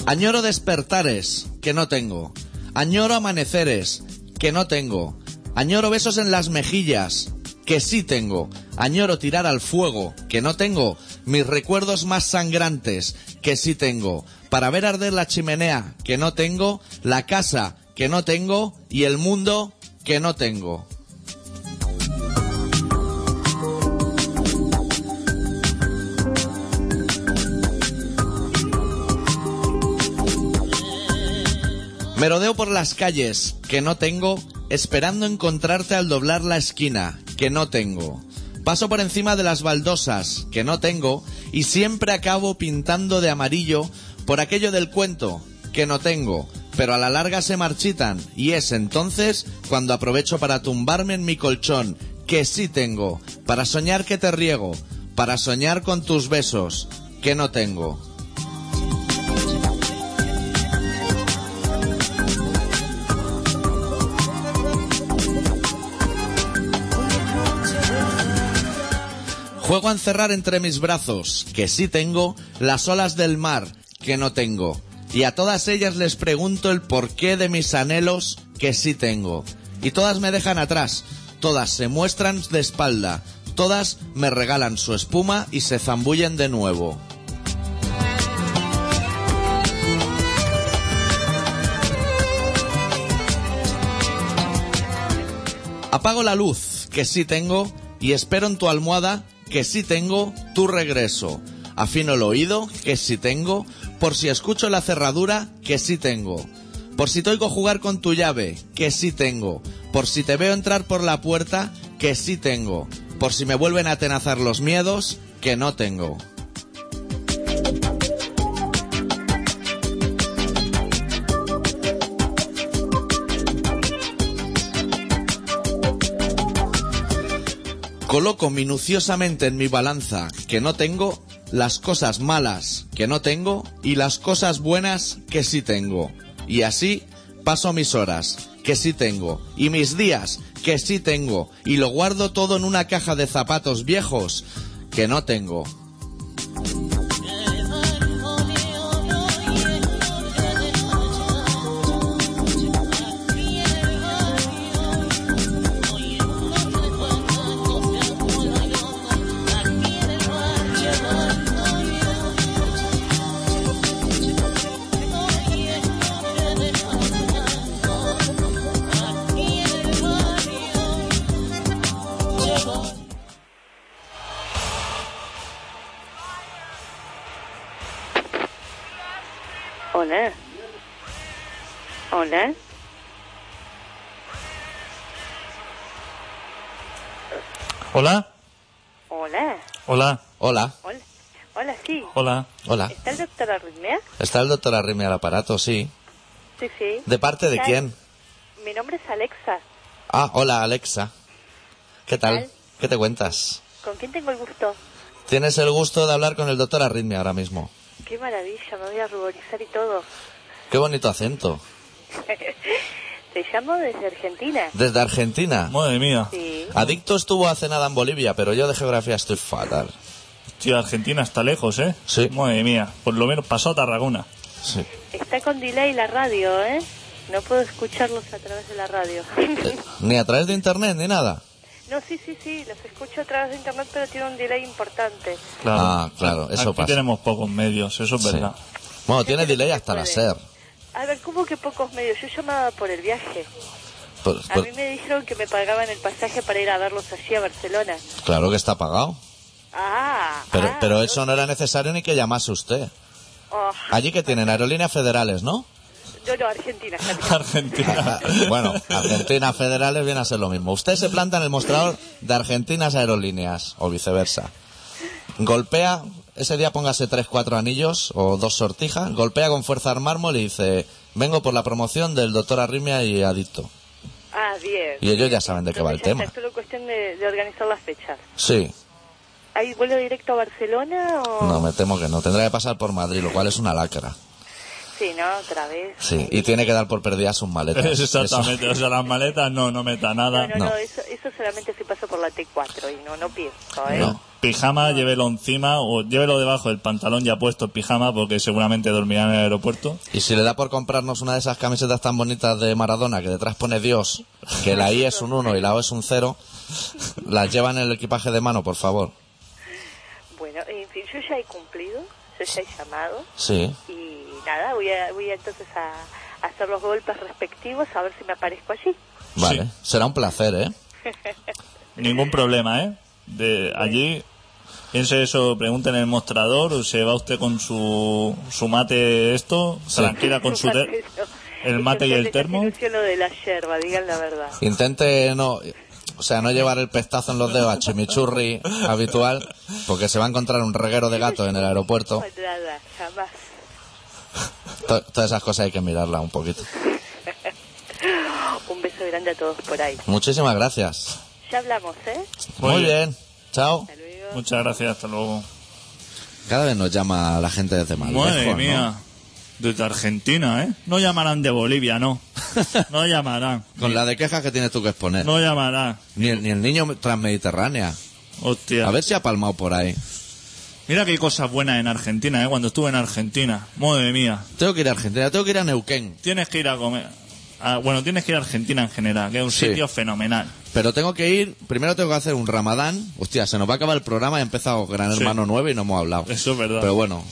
A: Añoro despertares, que no tengo. Añoro amaneceres, que no tengo. Añoro besos en las mejillas, que sí tengo. Añoro tirar al fuego, que no tengo. Mis recuerdos más sangrantes, que sí tengo. Para ver arder la chimenea, que no tengo. La casa, que no tengo. Y el mundo, que no tengo. Merodeo por las calles, que no tengo, esperando encontrarte al doblar la esquina, que no tengo. Paso por encima de las baldosas, que no tengo, y siempre acabo pintando de amarillo por aquello del cuento, que no tengo, pero a la larga se marchitan, y es entonces cuando aprovecho para tumbarme en mi colchón, que sí tengo, para soñar que te riego, para soñar con tus besos, que no tengo. Juego a encerrar entre mis brazos, que sí tengo, las olas del mar, que no tengo. Y a todas ellas les pregunto el porqué de mis anhelos, que sí tengo. Y todas me dejan atrás, todas se muestran de espalda, todas me regalan su espuma y se zambullen de nuevo. Apago la luz, que sí tengo, y espero en tu almohada, que sí tengo, tu regreso. Afino el oído, que sí tengo, por si escucho la cerradura, que sí tengo. Por si te oigo jugar con tu llave, que sí tengo. Por si te veo entrar por la puerta, que sí tengo. Por si me vuelven a atenazar los miedos, que no tengo. Coloco minuciosamente en mi balanza que no tengo las cosas malas que no tengo y las cosas buenas que sí tengo. Y así paso mis horas que sí tengo y mis días que sí tengo y lo guardo todo en una caja de zapatos viejos que no tengo.
E: Hola. Hola.
B: Hola,
E: Hola.
B: hola,
A: Hola,
E: Hola. Hola, sí.
B: hola.
A: hola.
E: ¿Está el doctor Arritmia?
A: ¿Está el doctor Arrimia al aparato? Sí.
E: Sí, sí.
A: ¿De parte de
E: Tal.
A: quién?
E: Mi nombre es Alexa.
A: Ah, hola Alexa. ¿Qué tal?
E: Tal.
A: ¿Qué te cuentas?
E: ¿Con quién tengo el gusto?
A: Tienes el gusto de hablar con el doctor Arritmia ahora mismo.
E: Qué maravilla, me voy a ruborizar y todo.
A: Qué bonito acento.
E: Te llamo desde Argentina.
A: Desde Argentina.
B: Madre mía.
E: Sí.
A: Adicto estuvo hace nada en Bolivia, pero yo de geografía estoy fatal.
B: Tío, Argentina está lejos, ¿eh?
A: Sí.
B: Madre mía. Por lo menos pasó a Tarragona.
A: Sí.
E: Está con delay la radio, ¿eh? No puedo escucharlos a través de la radio.
A: Ni a través de internet, ni nada.
E: no, sí, sí, sí, los escucho a través de internet, pero tiene un delay importante.
B: Claro.
A: Ah, claro, eso
B: Aquí
A: pasa.
B: tenemos pocos medios, eso es
A: Sí.
B: verdad.
A: Bueno, tiene delay hasta la
E: Puede.
A: SER.
E: A ver, ¿cómo que pocos medios? Yo llamaba por el viaje.
A: Por-
E: A
A: por-
E: mí me dijeron que me pagaban el pasaje para ir a verlos allí a Barcelona.
A: claro que está pagado.
E: Ah,
A: Pero,
E: ah,
A: pero
E: no-
A: eso no era necesario ni que llamase usted.
E: oh,
A: Allí que tienen aerolíneas federales, ¿no?
E: no, no, Argentina.
B: Argentina.
A: bueno, Argentinas federales viene a ser lo mismo. Usted se planta en el mostrador de Argentinas Aerolíneas o viceversa. Golpea, ese día póngase tres, cuatro anillos o dos sortijas, golpea con fuerza al mármol y dice, vengo por la promoción del doctor Arrimia y Adicto.
E: Ah, bien.
A: Y ellos ya saben de qué va el
E: Entonces ya
A: tema.
E: está, solo cuestión de, de organizar las fechas.
A: Sí,
E: ¿Hay vuelo directo a Barcelona o...?
A: no, me temo que no. Tendrá que pasar por Madrid, lo cual es una lacra.
E: Sí, ¿no? Otra vez.
A: Sí, y tiene que dar por perdidas sus maletas. Eso-
B: Exactamente, o sea, las maletas no, no meta
E: No,
B: nada.
E: no, no,
A: No.
E: eso, eso solamente si paso por la T4 y no, no pienso, ¿eh?
A: No.
B: Pijama, llévelo encima o llévelo debajo del pantalón ya puesto el pijama porque seguramente dormirá en el aeropuerto.
A: Y si le da por comprarnos una de esas camisetas tan bonitas de Maradona que detrás pone Dios, que la I es un 1 y la O es un 0, las lleva en el equipaje de mano, por favor.
E: Bueno, en fin, yo ya he cumplido, yo ya he llamado
A: Sí.
E: y nada, voy, a, voy a entonces a, a hacer los golpes respectivos a ver si me aparezco allí.
A: Vale.
B: Sí.
A: Será un placer, ¿eh?
B: Ningún problema, ¿eh? De allí, piense eso, pregunte en el mostrador, o se va usted con su, su mate esto,
A: Sí.
B: tranquila con su... ter- el mate y el termo.
E: Yo lo de la yerba, digan la verdad.
A: Intente no... O sea, no llevar el pestazo en los dedos a chimichurri habitual, porque se va a encontrar un reguero de gatos en el aeropuerto.
E: Cuadrada, jamás.
A: To- todas esas cosas hay que mirarlas un poquito.
E: Un beso grande a todos por ahí.
A: Muchísimas gracias.
E: Ya hablamos, ¿eh?
B: Muy
A: Muy
B: bien.
A: bien. Chao.
E: Hasta luego.
B: Muchas gracias, hasta luego.
A: Cada vez nos llama la gente desde Madrid.
B: Madre mía. Desde Argentina, ¿eh? No llamarán de Bolivia, no. No llamarán.
A: Con la de quejas que tienes tú que exponer.
B: No llamarán.
A: Ni el, ni el niño transmediterránea.
B: Hostia.
A: A ver si ha palmado por ahí.
B: Mira que hay cosas buenas en Argentina, ¿eh? Cuando estuve en Argentina. Madre mía.
A: Tengo que ir a Argentina, tengo que ir a Neuquén.
B: Tienes que ir a comer. a- bueno, tienes que ir a Argentina en general, que es un
A: Sí.
B: sitio fenomenal.
A: Pero tengo que ir, primero tengo que hacer un ramadán. Hostia, se nos va a acabar el programa y ha empezado Gran
B: Sí.
A: Hermano 9 y no hemos hablado.
B: Eso es verdad.
A: Pero bueno,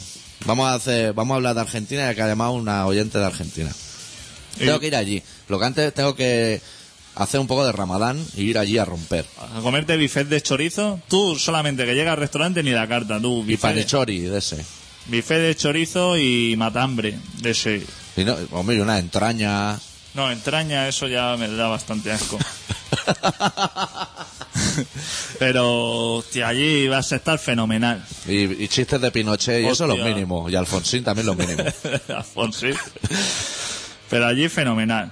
A: vamos a hacer, vamos a hablar de Argentina ya que ha llamado una oyente de Argentina.
B: Y
A: Tengo que ir allí. Lo que antes tengo que hacer un poco de ramadán y ir allí a romper.
B: A comerte buffet de chorizo, tú solamente que llegas al restaurante ni la carta, tú.
A: Y
B: Buffet,
A: panichori de ese.
B: buffet de chorizo y matambre, de ese.
A: Y no, hombre, y una entraña.
B: No, entraña, eso ya me da bastante asco. Pero, hostia, allí vas a estar fenomenal.
A: Y, y chistes de Pinochet y eso
B: Hostia.
A: los mínimos. Y Alfonsín también los mínimos.
B: Alfonsín. Pero allí fenomenal.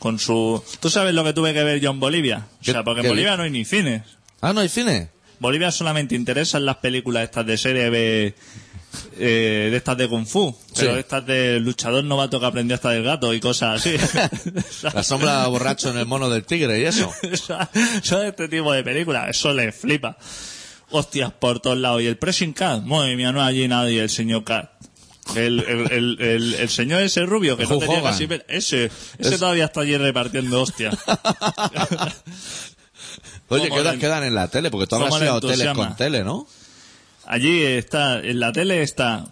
B: Con su... ¿Tú sabes lo que tuve que ver yo en Bolivia? O
A: ¿Qué-
B: sea, porque
A: qué
B: en Bolivia
A: vi-
B: no hay ni cines.
A: ah, no hay cine.
B: Bolivia solamente interesan las películas estas de serie B, eh, de estas de Kung Fu, pero
A: Sí.
B: de estas de luchador novato que aprendió hasta del gato y cosas así.
A: La sombra borracho en el mono del tigre y eso.
B: Son este tipo de películas, eso les flipa. Hostias por todos lados. Y el pressing cat, madre mía, no hay allí nadie, el señor cat. El, el, el, el, el señor ese rubio que no
A: Hulk
B: tenía
A: Hogan.
B: casi pelo, ese, ese todavía está allí repartiendo hostias.
A: Oye,
B: Cómo
A: quedan,
B: le-
A: quedan en la tele, porque tú habrás
B: cómo le
A: ido a hoteles
B: entusiasma.
A: con tele, ¿no?
B: Allí está, en la tele está,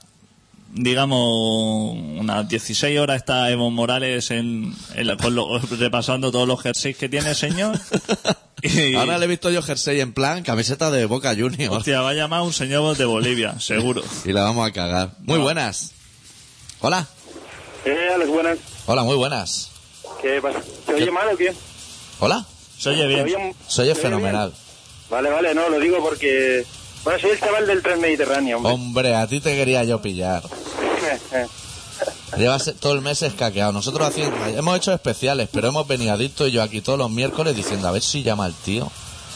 B: digamos, unas 16 horas está Evo Morales en, en la- con lo- repasando todos los jerseys que tiene el señor. Y,
A: Ahora le he visto yo jersey en plan camiseta de Boca Juniors
B: hostia, va a llamar un señor de Bolivia, seguro.
A: y la vamos a cagar. Muy
B: No.
A: buenas. Hola.
F: Eh, a las buenas.
A: Hola, muy buenas.
F: ¿Qué pasa? ¿Se oye mal o qué?
A: Hola.
B: Se oye
F: ¿Se
B: bien.
F: oye-
A: Soy
F: se oye
A: fenomenal.
F: bien? Vale, vale, no, lo digo porque... Bueno, soy el chaval del Transmediterráneo, hombre. Eh,
A: Hombre, a ti te quería yo pillar. Llevas todo el mes escaqueado. Nosotros haciendo, hemos hecho especiales, pero hemos venido adicto y yo aquí todos los miércoles diciendo a ver si llama el tío.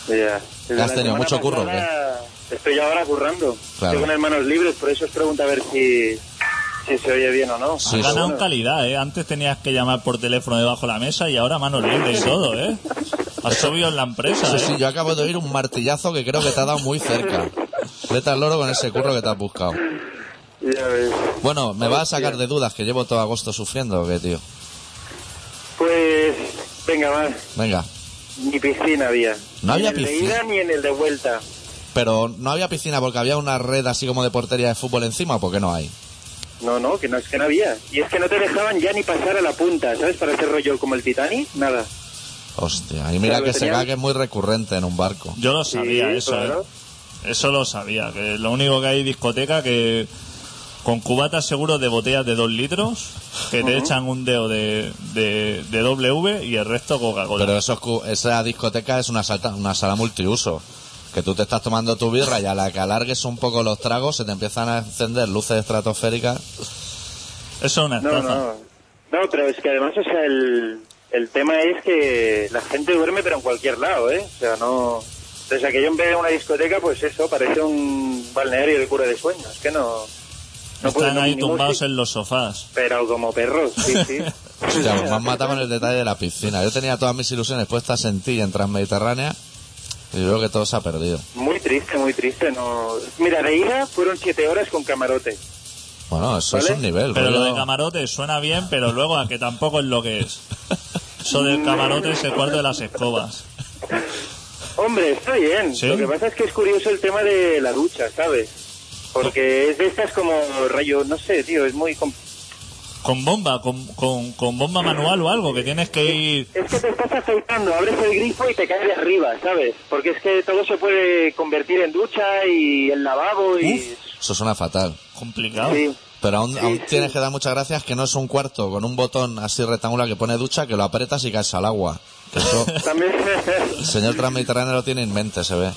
F: Ya. Desde
A: ¿Has
F: la
A: tenido
F: semana
A: mucho curro,
F: pasada Estoy ahora currando.
A: Claro.
F: Estoy con hermanos libres, por eso os pregunto a ver si, si se oye bien o no.
A: Sí,
B: Has
A: sí.
B: ganado en calidad, ¿eh? Antes tenías que llamar por teléfono debajo de la mesa y ahora mano libre y todo, ¿eh? Has subido en la empresa,
A: Sí, sí,
B: ¿eh?
A: yo acabo de oír un martillazo que creo que te ha dado muy cerca. Vete al loro con ese curro que te has buscado.
F: Ya ves.
A: Bueno, me vas a sacar de dudas que llevo todo agosto sufriendo, ¿o qué, tío?
F: Pues, Venga, más.
A: Venga.
F: Ni piscina había.
A: No había
F: ni en el de
A: piscina.
F: ida ni en el de vuelta.
A: Pero no había piscina porque había una red así como de portería de fútbol encima, ¿por qué no hay?
F: No, no, que no es que no había. Y es que no te dejaban ya ni pasar a la punta, ¿sabes? Para hacer rollo como el Titanic, nada.
A: Hostia, y mira
F: Claro,
A: que se
F: tenían-
A: cae que es muy recurrente en un barco.
B: Yo lo
F: Sí,
B: sabía, eso,
F: claro.
B: ¿eh? Eso lo sabía, que lo único que hay discoteca que con cubatas seguros de botellas de 2 litros, que te echan un dedo de, de, de W y el resto Coca-Cola.
A: Pero esos cu- esa discoteca es una, salta- una sala multiuso. Que tú te estás tomando tu birra y a la que alargues un poco los tragos se te empiezan a encender luces estratosféricas.
B: Eso es una
F: No,
B: estafa.
F: no. No, pero es que además, o sea, el, el tema es que la gente duerme, pero en cualquier lado, ¿eh? O sea, no. Desde que yo en vez de una discoteca, pues eso, parece un balneario de cura de sueños. Es que no. no puedes
B: Están
F: dormir
B: ahí
F: ni
B: tumbados
F: música.
B: en los sofás.
F: Pero como perros, sí, sí.
A: Hostia, pues me han matado con el detalle de la piscina. Yo tenía todas mis ilusiones puestas en ti en Transmediterránea y veo que todo se ha perdido.
F: Muy triste, muy triste. No. Mira, de ida fueron siete horas con camarote.
A: Bueno, eso es
F: ¿Vale?
A: un nivel,
B: Pero lo
A: rollo-
B: de camarote suena bien, pero luego a que tampoco es lo que es. Eso del camarote es el cuarto de las escobas.
F: Hombre, está bien.
B: ¿Sí?
F: Lo que pasa es que es curioso el tema de la ducha, ¿sabes? Porque es de estas como rayo, no sé, tío, es muy... com-
B: Con bomba, con, con, con bomba manual o algo, que tienes que ir...
F: Es que te estás afeitando, abres el grifo y te caes de arriba, ¿sabes? Porque es que todo se puede convertir en ducha y en lavabo y...
A: Eso suena fatal.
B: Complicado.
F: Sí.
A: Pero aún,
F: Sí,
A: aún
F: sí.
A: tienes que dar muchas gracias que no es un cuarto con un botón así rectangular que pone ducha que lo apretas y caes al agua. Que eso,
F: También...
A: el señor Transmediterráneo lo tiene en mente, se ve.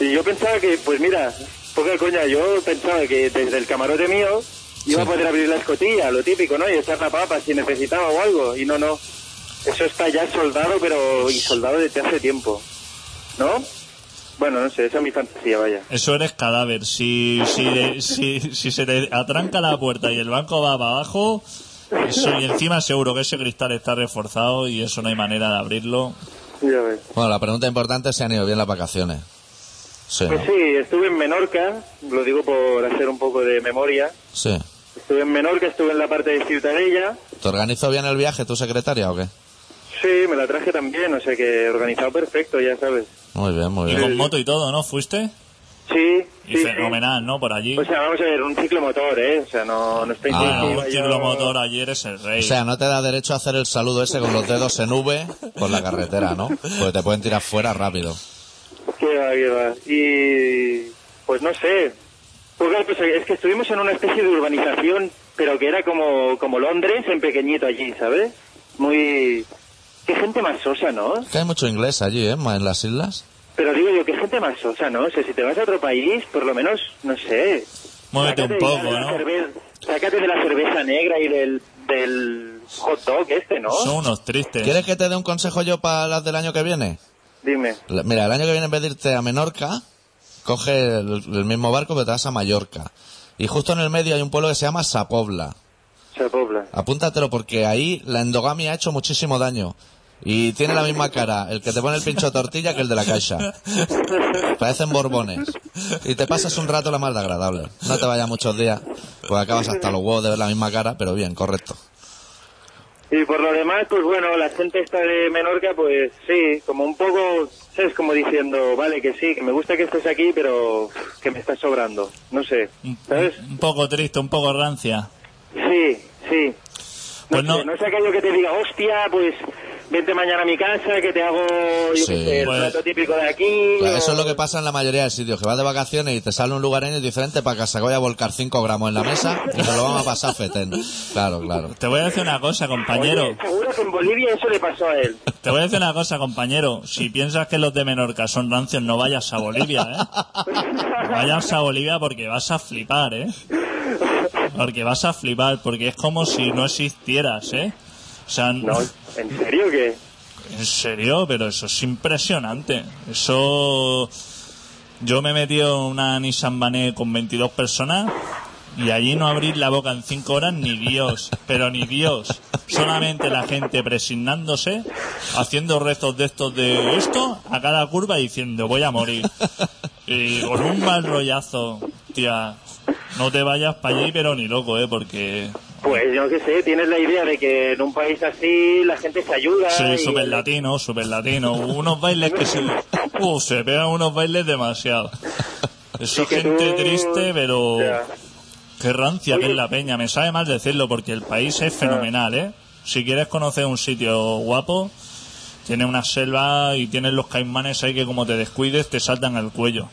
F: Y yo pensaba que, pues mira, poca coña, yo pensaba que desde el camarote mío iba a poder abrir la escotilla, lo típico, ¿no? Y echar la papa si necesitaba o algo. Y no, no. Eso está ya soldado, pero. y soldado desde hace tiempo. ¿No? Bueno, no sé, esa es mi fantasía, vaya.
B: Eso eres cadáver. Si, si, de- si, si se te atranca la puerta y el banco va para abajo, eso, y encima seguro que ese cristal está reforzado y eso no hay manera de abrirlo.
F: Ya ves.
A: Bueno, la pregunta importante es si han ido bien las vacaciones. Sí, ¿no?
F: Pues sí, estuve en Menorca, lo digo por hacer un poco de memoria.
A: Sí.
F: Estuve en Menorca, estuve en la parte de Ciutadella.
A: ¿Te organizó bien el viaje tu secretaria o qué?
F: Sí, me la traje también, o sea que organizado perfecto, ya sabes.
A: Muy bien, muy
B: Y
A: bien.
B: con moto y todo, ¿no? ¿Fuiste?
F: Sí,
B: Y
F: sí, Pues sí.
B: fenomenal, ¿no? Por allí.
F: O sea, vamos a ver, un ciclomotor, ¿eh? O sea, no, no estoy...
A: Ah,
B: Ah,
A: sí,
B: un ciclomotor ayer es el rey.
A: O sea, no te da derecho a hacer el saludo ese con los dedos en V por la carretera, ¿no? Porque te pueden tirar fuera rápido.
F: Qué va, qué va. Y... pues no sé. Pues, claro, pues, es que estuvimos en una especie de urbanización, pero que era como, como Londres en pequeñito allí, ¿sabes? Muy... Qué gente más sosa, ¿no?
A: Que hay mucho inglés allí, ¿eh? Ma- En las islas.
F: Pero digo yo, qué gente más sosa, ¿no? O sea, si te vas a otro país, por lo menos, no sé...
B: Muévete un
F: sácate ya
B: poco,
F: de la
B: ¿no?
F: cerve- Sácate de la cerveza negra y del, del hot dog este, ¿no?
B: Son unos tristes.
A: ¿Quieres que te dé un consejo yo para las del año que viene?
F: Dime.
A: La- Mira, el año que viene en vez de irte a Menorca, coge el, el mismo barco pero te vas a Mallorca. Y justo en el medio hay un pueblo que se llama Sapobla.
F: Se pobla.
A: Apúntatelo porque ahí la endogamia ha hecho muchísimo daño. Y tiene la misma cara el que te pone el pincho de tortilla que el de la caixa. Parecen borbones. Y te pasas un rato la más de agradable. No te vayas muchos días, pues acabas hasta los huevos de ver la misma cara, pero bien, correcto.
F: Y por lo demás, pues bueno, la gente esta de Menorca, pues sí, como un poco, ¿sabes? Como diciendo, vale, que sí, que me gusta que estés aquí, pero que me estás sobrando. No sé,
A: Mm,
F: ¿sabes?
B: Un poco triste, un poco rancia.
F: Sí, sí. No,
B: Pues no-
F: sé, no es aquello que te diga, hostia, pues vente mañana a mi casa, que te hago yo
A: Sí.
F: qué sé, el
B: Pues-
F: plato típico de aquí.
A: Claro, eso
F: o-
A: es lo que pasa en la mayoría de sitios, que vas de vacaciones y te sale un lugareño diferente para que se vaya a volcar 5 gramos en la mesa y te lo vamos a pasar fetén. Claro, claro.
B: Te voy a decir una cosa, compañero.
F: Oye, seguro que en Bolivia eso le pasó a él.
B: Te voy a decir una cosa, compañero. Si piensas que los de Menorca son rancios, no vayas a Bolivia, ¿eh? No Vayas a Bolivia porque vas a flipar, ¿eh? Porque vas a flipar, porque es como si no existieras, ¿eh? O sea, n-
F: No, ¿en serio que?
B: en serio, pero eso es impresionante. Eso... Yo me he metido en una Nissan Bané con 22 personas y allí no abrir la boca en 5 horas ni Dios, pero ni Dios. Solamente la gente presignándose, haciendo rezos de estos de esto, a cada curva diciendo voy a morir. Y con un mal rollazo, tía, no te vayas para allí, pero ni loco, ¿eh? Porque
F: Pues yo qué sé, tienes la idea de que en un país así la gente se ayuda.
B: Sí,
F: y-
B: super latino, super latino. Unos bailes que se, uh, se pegan unos bailes demasiado. Eso
F: y
B: es
F: que tú-
B: gente triste, pero
F: Ya.
B: qué rancia que
F: Oye. Ah.
B: es la peña. Me sabe mal decirlo porque el país es fenomenal, ¿eh? Si quieres conocer un sitio guapo, tiene una selva y tienes los caimanes ahí que como te descuides te saltan al cuello.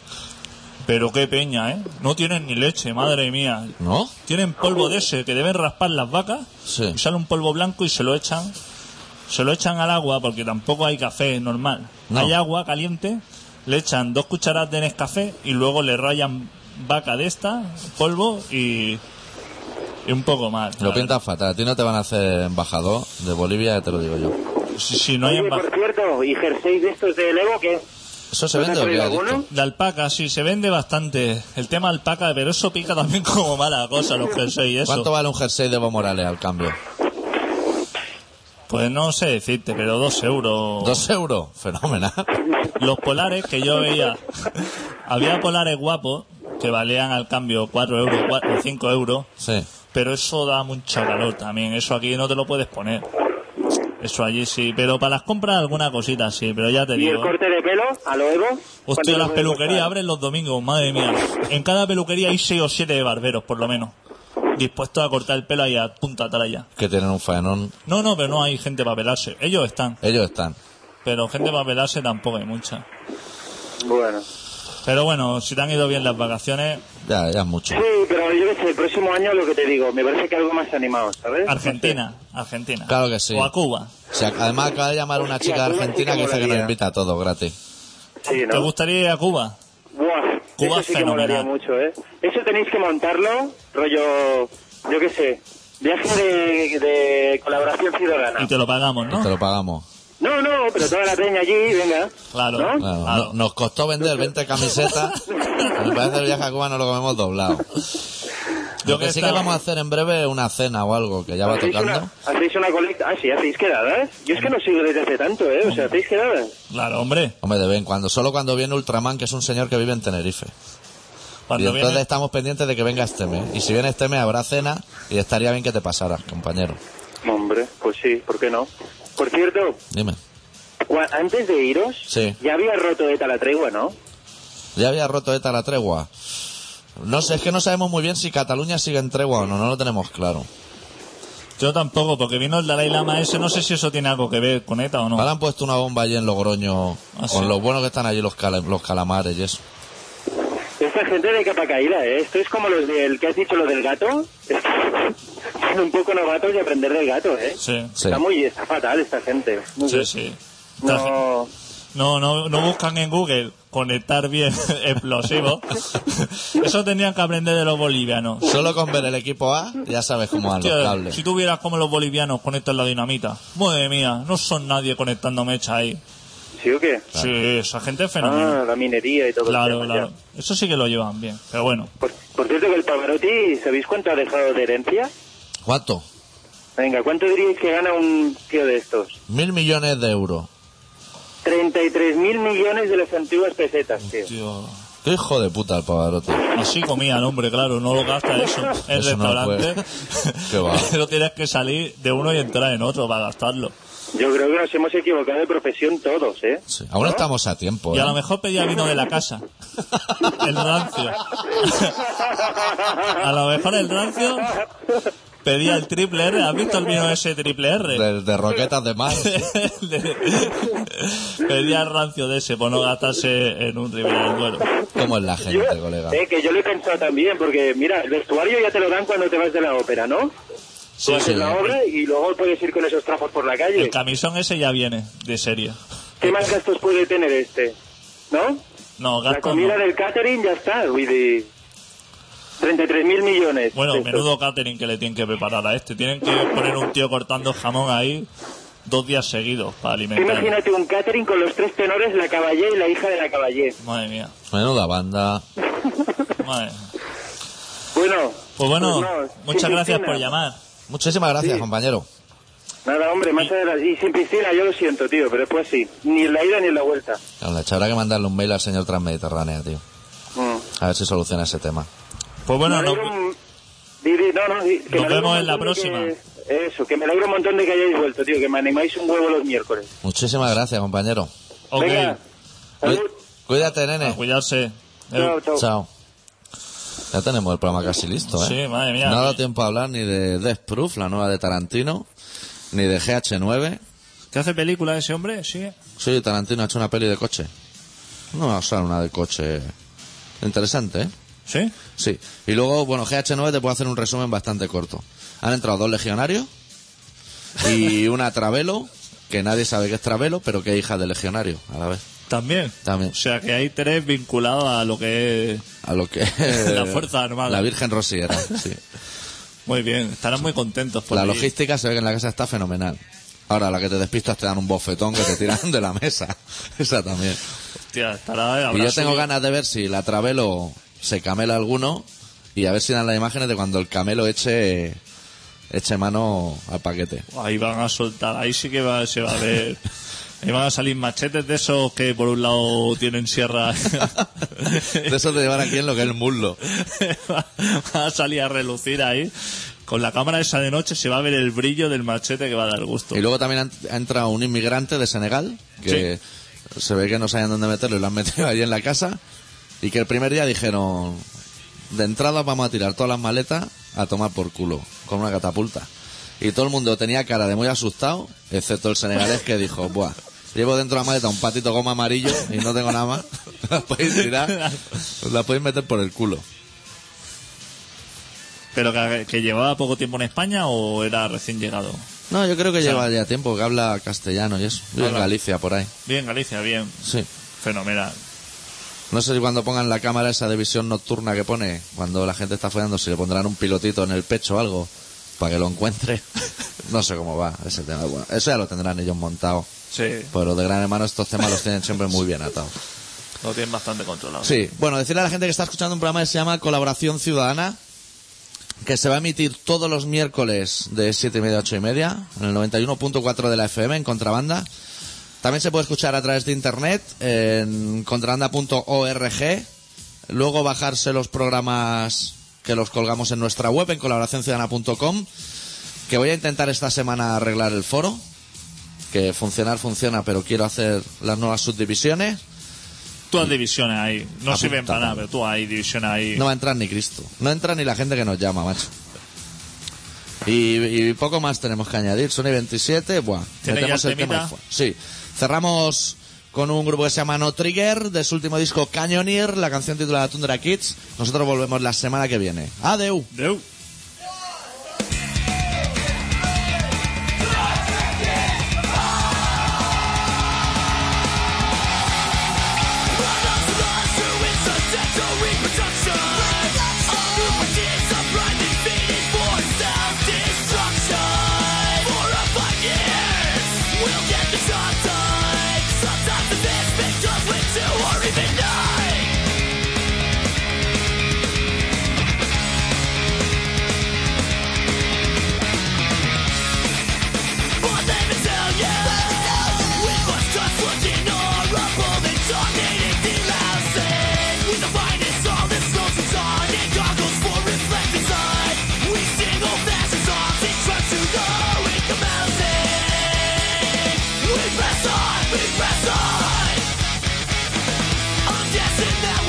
B: Pero qué peña, ¿eh? No tienen ni leche, madre mía.
A: ¿No?
B: Tienen polvo de ese que deben raspar las vacas.
A: Sí.
B: y sale un polvo blanco y se lo echan. Se lo echan al agua porque tampoco hay café normal.
A: No.
B: Hay agua caliente, le echan dos cucharadas de Nescafé y luego le rayan vaca de esta, polvo y, y un poco más.
A: Lo pintas fatal. A ti no te van a hacer embajador de Bolivia, te lo digo yo.
B: Si, si no hay
F: Oye,
B: emba-
F: por cierto, ¿y jerseys de estos de Lego que
A: ¿Eso se
F: ¿No te
A: vende
F: has
A: o qué?
F: traído
A: adicto?
F: alguno?
B: De alpaca, sí, se vende bastante. El tema alpaca, pero eso pica también como mala cosa, los jerseys y eso.
A: ¿Cuánto vale un jersey de Evo Morales al cambio?
B: Pues no sé decirte, pero dos euros.
A: ¿Dos euros? Fenomenal.
B: los polares que yo veía, había polares guapos que valían al cambio 4 euros, 4, 5 euros,
A: Sí.
B: pero eso da mucho calor también, eso aquí no te lo puedes poner. Eso allí sí, pero para las compras alguna cosita sí, pero ya te
F: y el
B: digo. ¿eh?
F: corte de pelo a lo Evo? ¿Cuánto
B: Hostia,
F: te
B: las
F: puede
B: peluquerías
F: costar?
B: abren los domingos, madre mía. En cada peluquería hay 6 o 7 barberos, por lo menos, dispuestos a cortar el pelo ahí a punta allá.
A: Que tienen un faenón.
B: No, no, pero no hay gente para pelarse. Ellos están,
A: Ellos están.
B: pero gente para pelarse tampoco hay mucha.
F: Bueno.
B: Pero bueno, si te han ido bien las vacaciones,
A: Ya, ya es mucho.
F: Sí, pero yo qué sé, el próximo año lo que te digo, me parece que algo más animado, ¿sabes?
B: Argentina, Argentina.
A: Claro que sí.
B: O a Cuba.
A: Si ac- además acaba de llamar una chica
F: Hostia,
A: argentina
F: tú
A: que
F: no
A: dice
F: sé
A: que
F: qué
A: nos
F: molaría.
A: invita a todo gratis.
F: Sí,
B: ¿Te
F: ¿no?
B: gustaría ir a Cuba?
F: Buah,
B: Cuba
F: eso sí que molaría
B: fenomenal.
F: mucho, ¿eh? Eso tenéis que montarlo, rollo, yo qué sé, viaje de, de colaboración
B: Y
F: ciudadana.
B: te lo pagamos, ¿no?
A: Te lo pagamos.
F: No, no, pero toda la peña allí, venga.
B: Claro.
A: Claro,
F: ¿No?
A: no-
B: Claro.
A: nos costó vender 20 camisetas. Me parece que el viaje a Cuba no lo comemos doblado.
B: Yo
A: Lo
B: que
A: que sí que
B: estaba-
A: vamos a hacer en breve es una cena o algo que ya Ah, va
F: ¿Hacéis
A: tocando.
F: una, hacéis una colecta. Ah, sí, hacéis quedadas. Yo es que no sigo desde hace tanto, ¿eh? O sea, hacéis quedadas.
B: Claro, hombre.
A: Hombre, de vez en cuando. Solo cuando viene Ultraman, que es un señor que vive en Tenerife. Y
B: Cuando
A: entonces
B: viene...
A: estamos pendientes de que venga este mes. Y si viene este mes habrá cena y estaría bien que te pasaras, compañero.
F: Hombre, pues sí, ¿por qué no? Por cierto,
A: Dime.
F: cua- antes de iros,
A: Sí.
F: ya había roto ETA la tregua, ¿no?
A: Ya había roto ETA la tregua. No sé, es que no sabemos muy bien si Cataluña sigue en tregua o no, no lo tenemos claro.
B: Yo tampoco, porque vino el Dalai Lama ese, no sé si eso tiene algo que ver con ETA o no.
A: Ahora han puesto una bomba allí en Logroño
B: Ah,
A: con
B: sí.
A: los buenos que están allí los, cala- los calamares y eso.
F: Esta gente de capa caída, ¿eh? Esto es como los del que has dicho, lo del gato. Son un poco novatos y aprender del gato, ¿eh?
B: Sí.
A: Sí.
F: Está muy, está fatal esta gente. No
B: Sí,
F: sé.
B: sí.
F: No,
B: No, no, no buscan en Google conectar bien explosivos. Eso tenían que aprender de los bolivianos.
A: Solo con ver el equipo A ya sabes cómo van los
B: Tío,
A: cables.
B: si tú vieras cómo los bolivianos conectan la dinamita, madre mía, no son nadie conectando mechas ahí.
F: ¿sí o qué?
B: Sí, esa gente es fenomenal.
F: Ah, la minería y todo el
B: Claro,
F: tema,
B: claro.
F: ya.
B: Eso sí que lo llevan bien. Pero bueno,
F: Por, por cierto, que el Pavarotti, ¿sabéis cuánto ha dejado de herencia?
A: ¿Cuánto?
F: Venga, ¿cuánto diríais que gana un tío de estos?
A: Mil millones de euros.
F: 33.000 millones de las antiguas pesetas, tío.
B: tío,
A: Qué hijo de puta el Pavarotti.
B: así comía el hombre, claro, no lo gasta eso en
A: Eso no lo
B: restaurante.
A: Qué va.
B: Pero tienes que salir de uno y entrar en otro para gastarlo.
F: Yo creo que nos hemos equivocado de profesión todos, ¿eh?
A: Sí. Aún estamos a tiempo.
B: ¿Ah? Y a
A: ¿eh?
B: lo mejor pedía vino de la casa. El rancio. A lo mejor el rancio pedía el triple R. ¿Has visto el vino ese triple R?
A: De, de roquetas de mar.
B: El de- pedía el rancio de ese por no gastarse en un Ribera del Duero.
A: ¿Cómo es la gente,
F: Yo-
A: colega?
F: eh, que yo lo he pensado también, porque mira, el vestuario ya te lo dan cuando te vas de la ópera, ¿no?
A: Sí,
F: Haces Pues la obra y luego puedes ir con esos trapos por la
B: El
F: calle.
B: camisón ese ya viene, de serie.
F: ¿Qué más gastos puede tener este? ¿No?
B: No,
F: La
B: gasto
F: comida
B: no.
F: del catering ya está, uy, de 33.000 millones.
B: Bueno,
F: de estos.
B: menudo catering que le tienen que preparar a este. Tienen que poner un tío cortando jamón ahí dos días seguidos para
F: Tú
B: alimentar.
F: Imagínate un catering con los tres tenores, la caballé y la hija de la caballé.
B: Madre mía,
A: Menuda banda.
B: madre mía.
F: Bueno,
B: Pues bueno,
F: Pues no,
B: muchas
F: sin
B: gracias
F: piscina.
B: por llamar.
A: Muchísimas gracias, compañero.
F: nada, hombre, más adelante. Y sin piscina, yo lo siento, tío, pero después sí. Ni en la ida ni en la vuelta.
A: Claro, le habrá que mandarle un mail al señor Transmediterránea, tío.
F: Mm.
A: A ver si soluciona ese tema.
B: Pues bueno,
F: Me
B: nos,
F: alegro un- Di, di, no, no, di, que
B: Nos
F: me alegro
B: vemos
F: un
B: en la
F: montón de que-
B: próxima.
F: eso, que me alegro un montón de que hayáis vuelto, tío, que me animáis un huevo los miércoles.
A: Muchísimas gracias, compañero.
B: Ok, Pues
F: Venga, salud. Ah,
A: Cuí- Cuídate,
B: a
A: nene.
B: cuidarse.
F: Chao, chao.
A: Chao. Ya tenemos el programa casi listo, ¿eh?
B: Sí, madre mía.
A: No ha dado tiempo a hablar ni de Death Proof, la nueva de Tarantino, ni de GH9.
B: ¿Qué hace película ese hombre? Sí.
A: Sí, Tarantino ha hecho una peli de coche. No va a usar una de coche. Interesante, ¿eh?
B: ¿Sí?
A: Sí. Y luego, bueno, GH9 te puedo hacer un resumen bastante corto. Han entrado dos legionarios y una Travelo, que nadie sabe que es Travelo, pero que es hija de legionario, a la vez.
B: También.
A: También.
B: O sea que hay tres vinculados a lo que es.
A: A lo que.
B: La Fuerza Armada.
A: La Virgen Rosiera, sí.
B: Muy bien, estarán muy contentos por
A: La
B: ahí.
A: logística se ve que en la casa está fenomenal. Ahora, la que te despistas te dan un bofetón que te tiran de la mesa. Esa también.
B: Hostia, estará,
A: Y
B: habrá
A: yo tengo
B: subido.
A: ganas de ver si la Travelo se camela alguno y a ver si dan las imágenes de cuando el camelo eche, eche mano al paquete.
B: Ahí van a soltar, ahí sí que va, se va a ver. Ahí van a salir machetes de esos que por un lado tienen sierra.
A: De eso te llevar aquí en lo que es el muslo.
B: va a salir a relucir ahí. Con la cámara esa de noche se va a ver el brillo del machete que va a dar gusto.
A: Y luego también han- ha entrado un inmigrante de Senegal, que se ve que no sabían dónde meterlo y lo han metido allí en la casa. Y que el primer día dijeron, de entrada vamos a tirar todas las maletas a tomar por culo, con una catapulta. Y todo el mundo tenía cara de muy asustado, excepto el senegalés que dijo, buah, llevo dentro de la maleta un patito goma amarillo y no tengo nada más. La podéis tirar, os la podéis meter por el culo.
B: ¿Pero que, que llevaba poco tiempo en España o era recién llegado?
A: No, yo creo que
B: sea-
A: lleva ya tiempo que habla castellano y eso. Vive en
B: Habla.
A: Galicia, por ahí.
B: Bien, Galicia, bien.
A: Sí.
B: Fenomenal.
A: No sé si cuando pongan la cámara esa de visión nocturna que pone, cuando la gente está follando, si le pondrán un pilotito en el pecho o algo, para que lo encuentre. No sé cómo va ese tema. Bueno, eso ya lo tendrán ellos montado.
B: Sí,
A: Pero de gran hermano estos temas los tienen siempre muy bien atados.
B: lo tienen bastante controlado.
A: Sí, bueno, decirle a la gente que está escuchando un programa que se llama Colaboración Ciudadana, que se va a emitir todos los miércoles de 7 y media a 8 y media, en el 91.4 de la FM, en contrabanda. También se puede escuchar a través de internet, en contrabanda.org. Luego bajarse los programas que los colgamos en nuestra web, en colaboracionciudadana.com, que voy a intentar esta semana arreglar el foro, que funcionar funciona, pero quiero hacer las nuevas subdivisiones.
B: Tú has divisiones ahí. No
A: Apunta.
B: sirven para nada, pero tú hay divisiones ahí.
A: No va a entrar ni Cristo. No entra ni la gente que nos llama, macho. Y, y poco más tenemos que añadir. Sony 27, buah.
B: ¿Tiene
A: metemos
B: ya
A: el tema.
B: temita?
A: y fuera. Sí. Cerramos con un grupo que se llama No Trigger, de su último disco Canyoneer, la canción titulada Tundra Kids. Nosotros volvemos la semana que viene. Adeu.
B: Deu.
G: We press on, we press on! I'm guessing that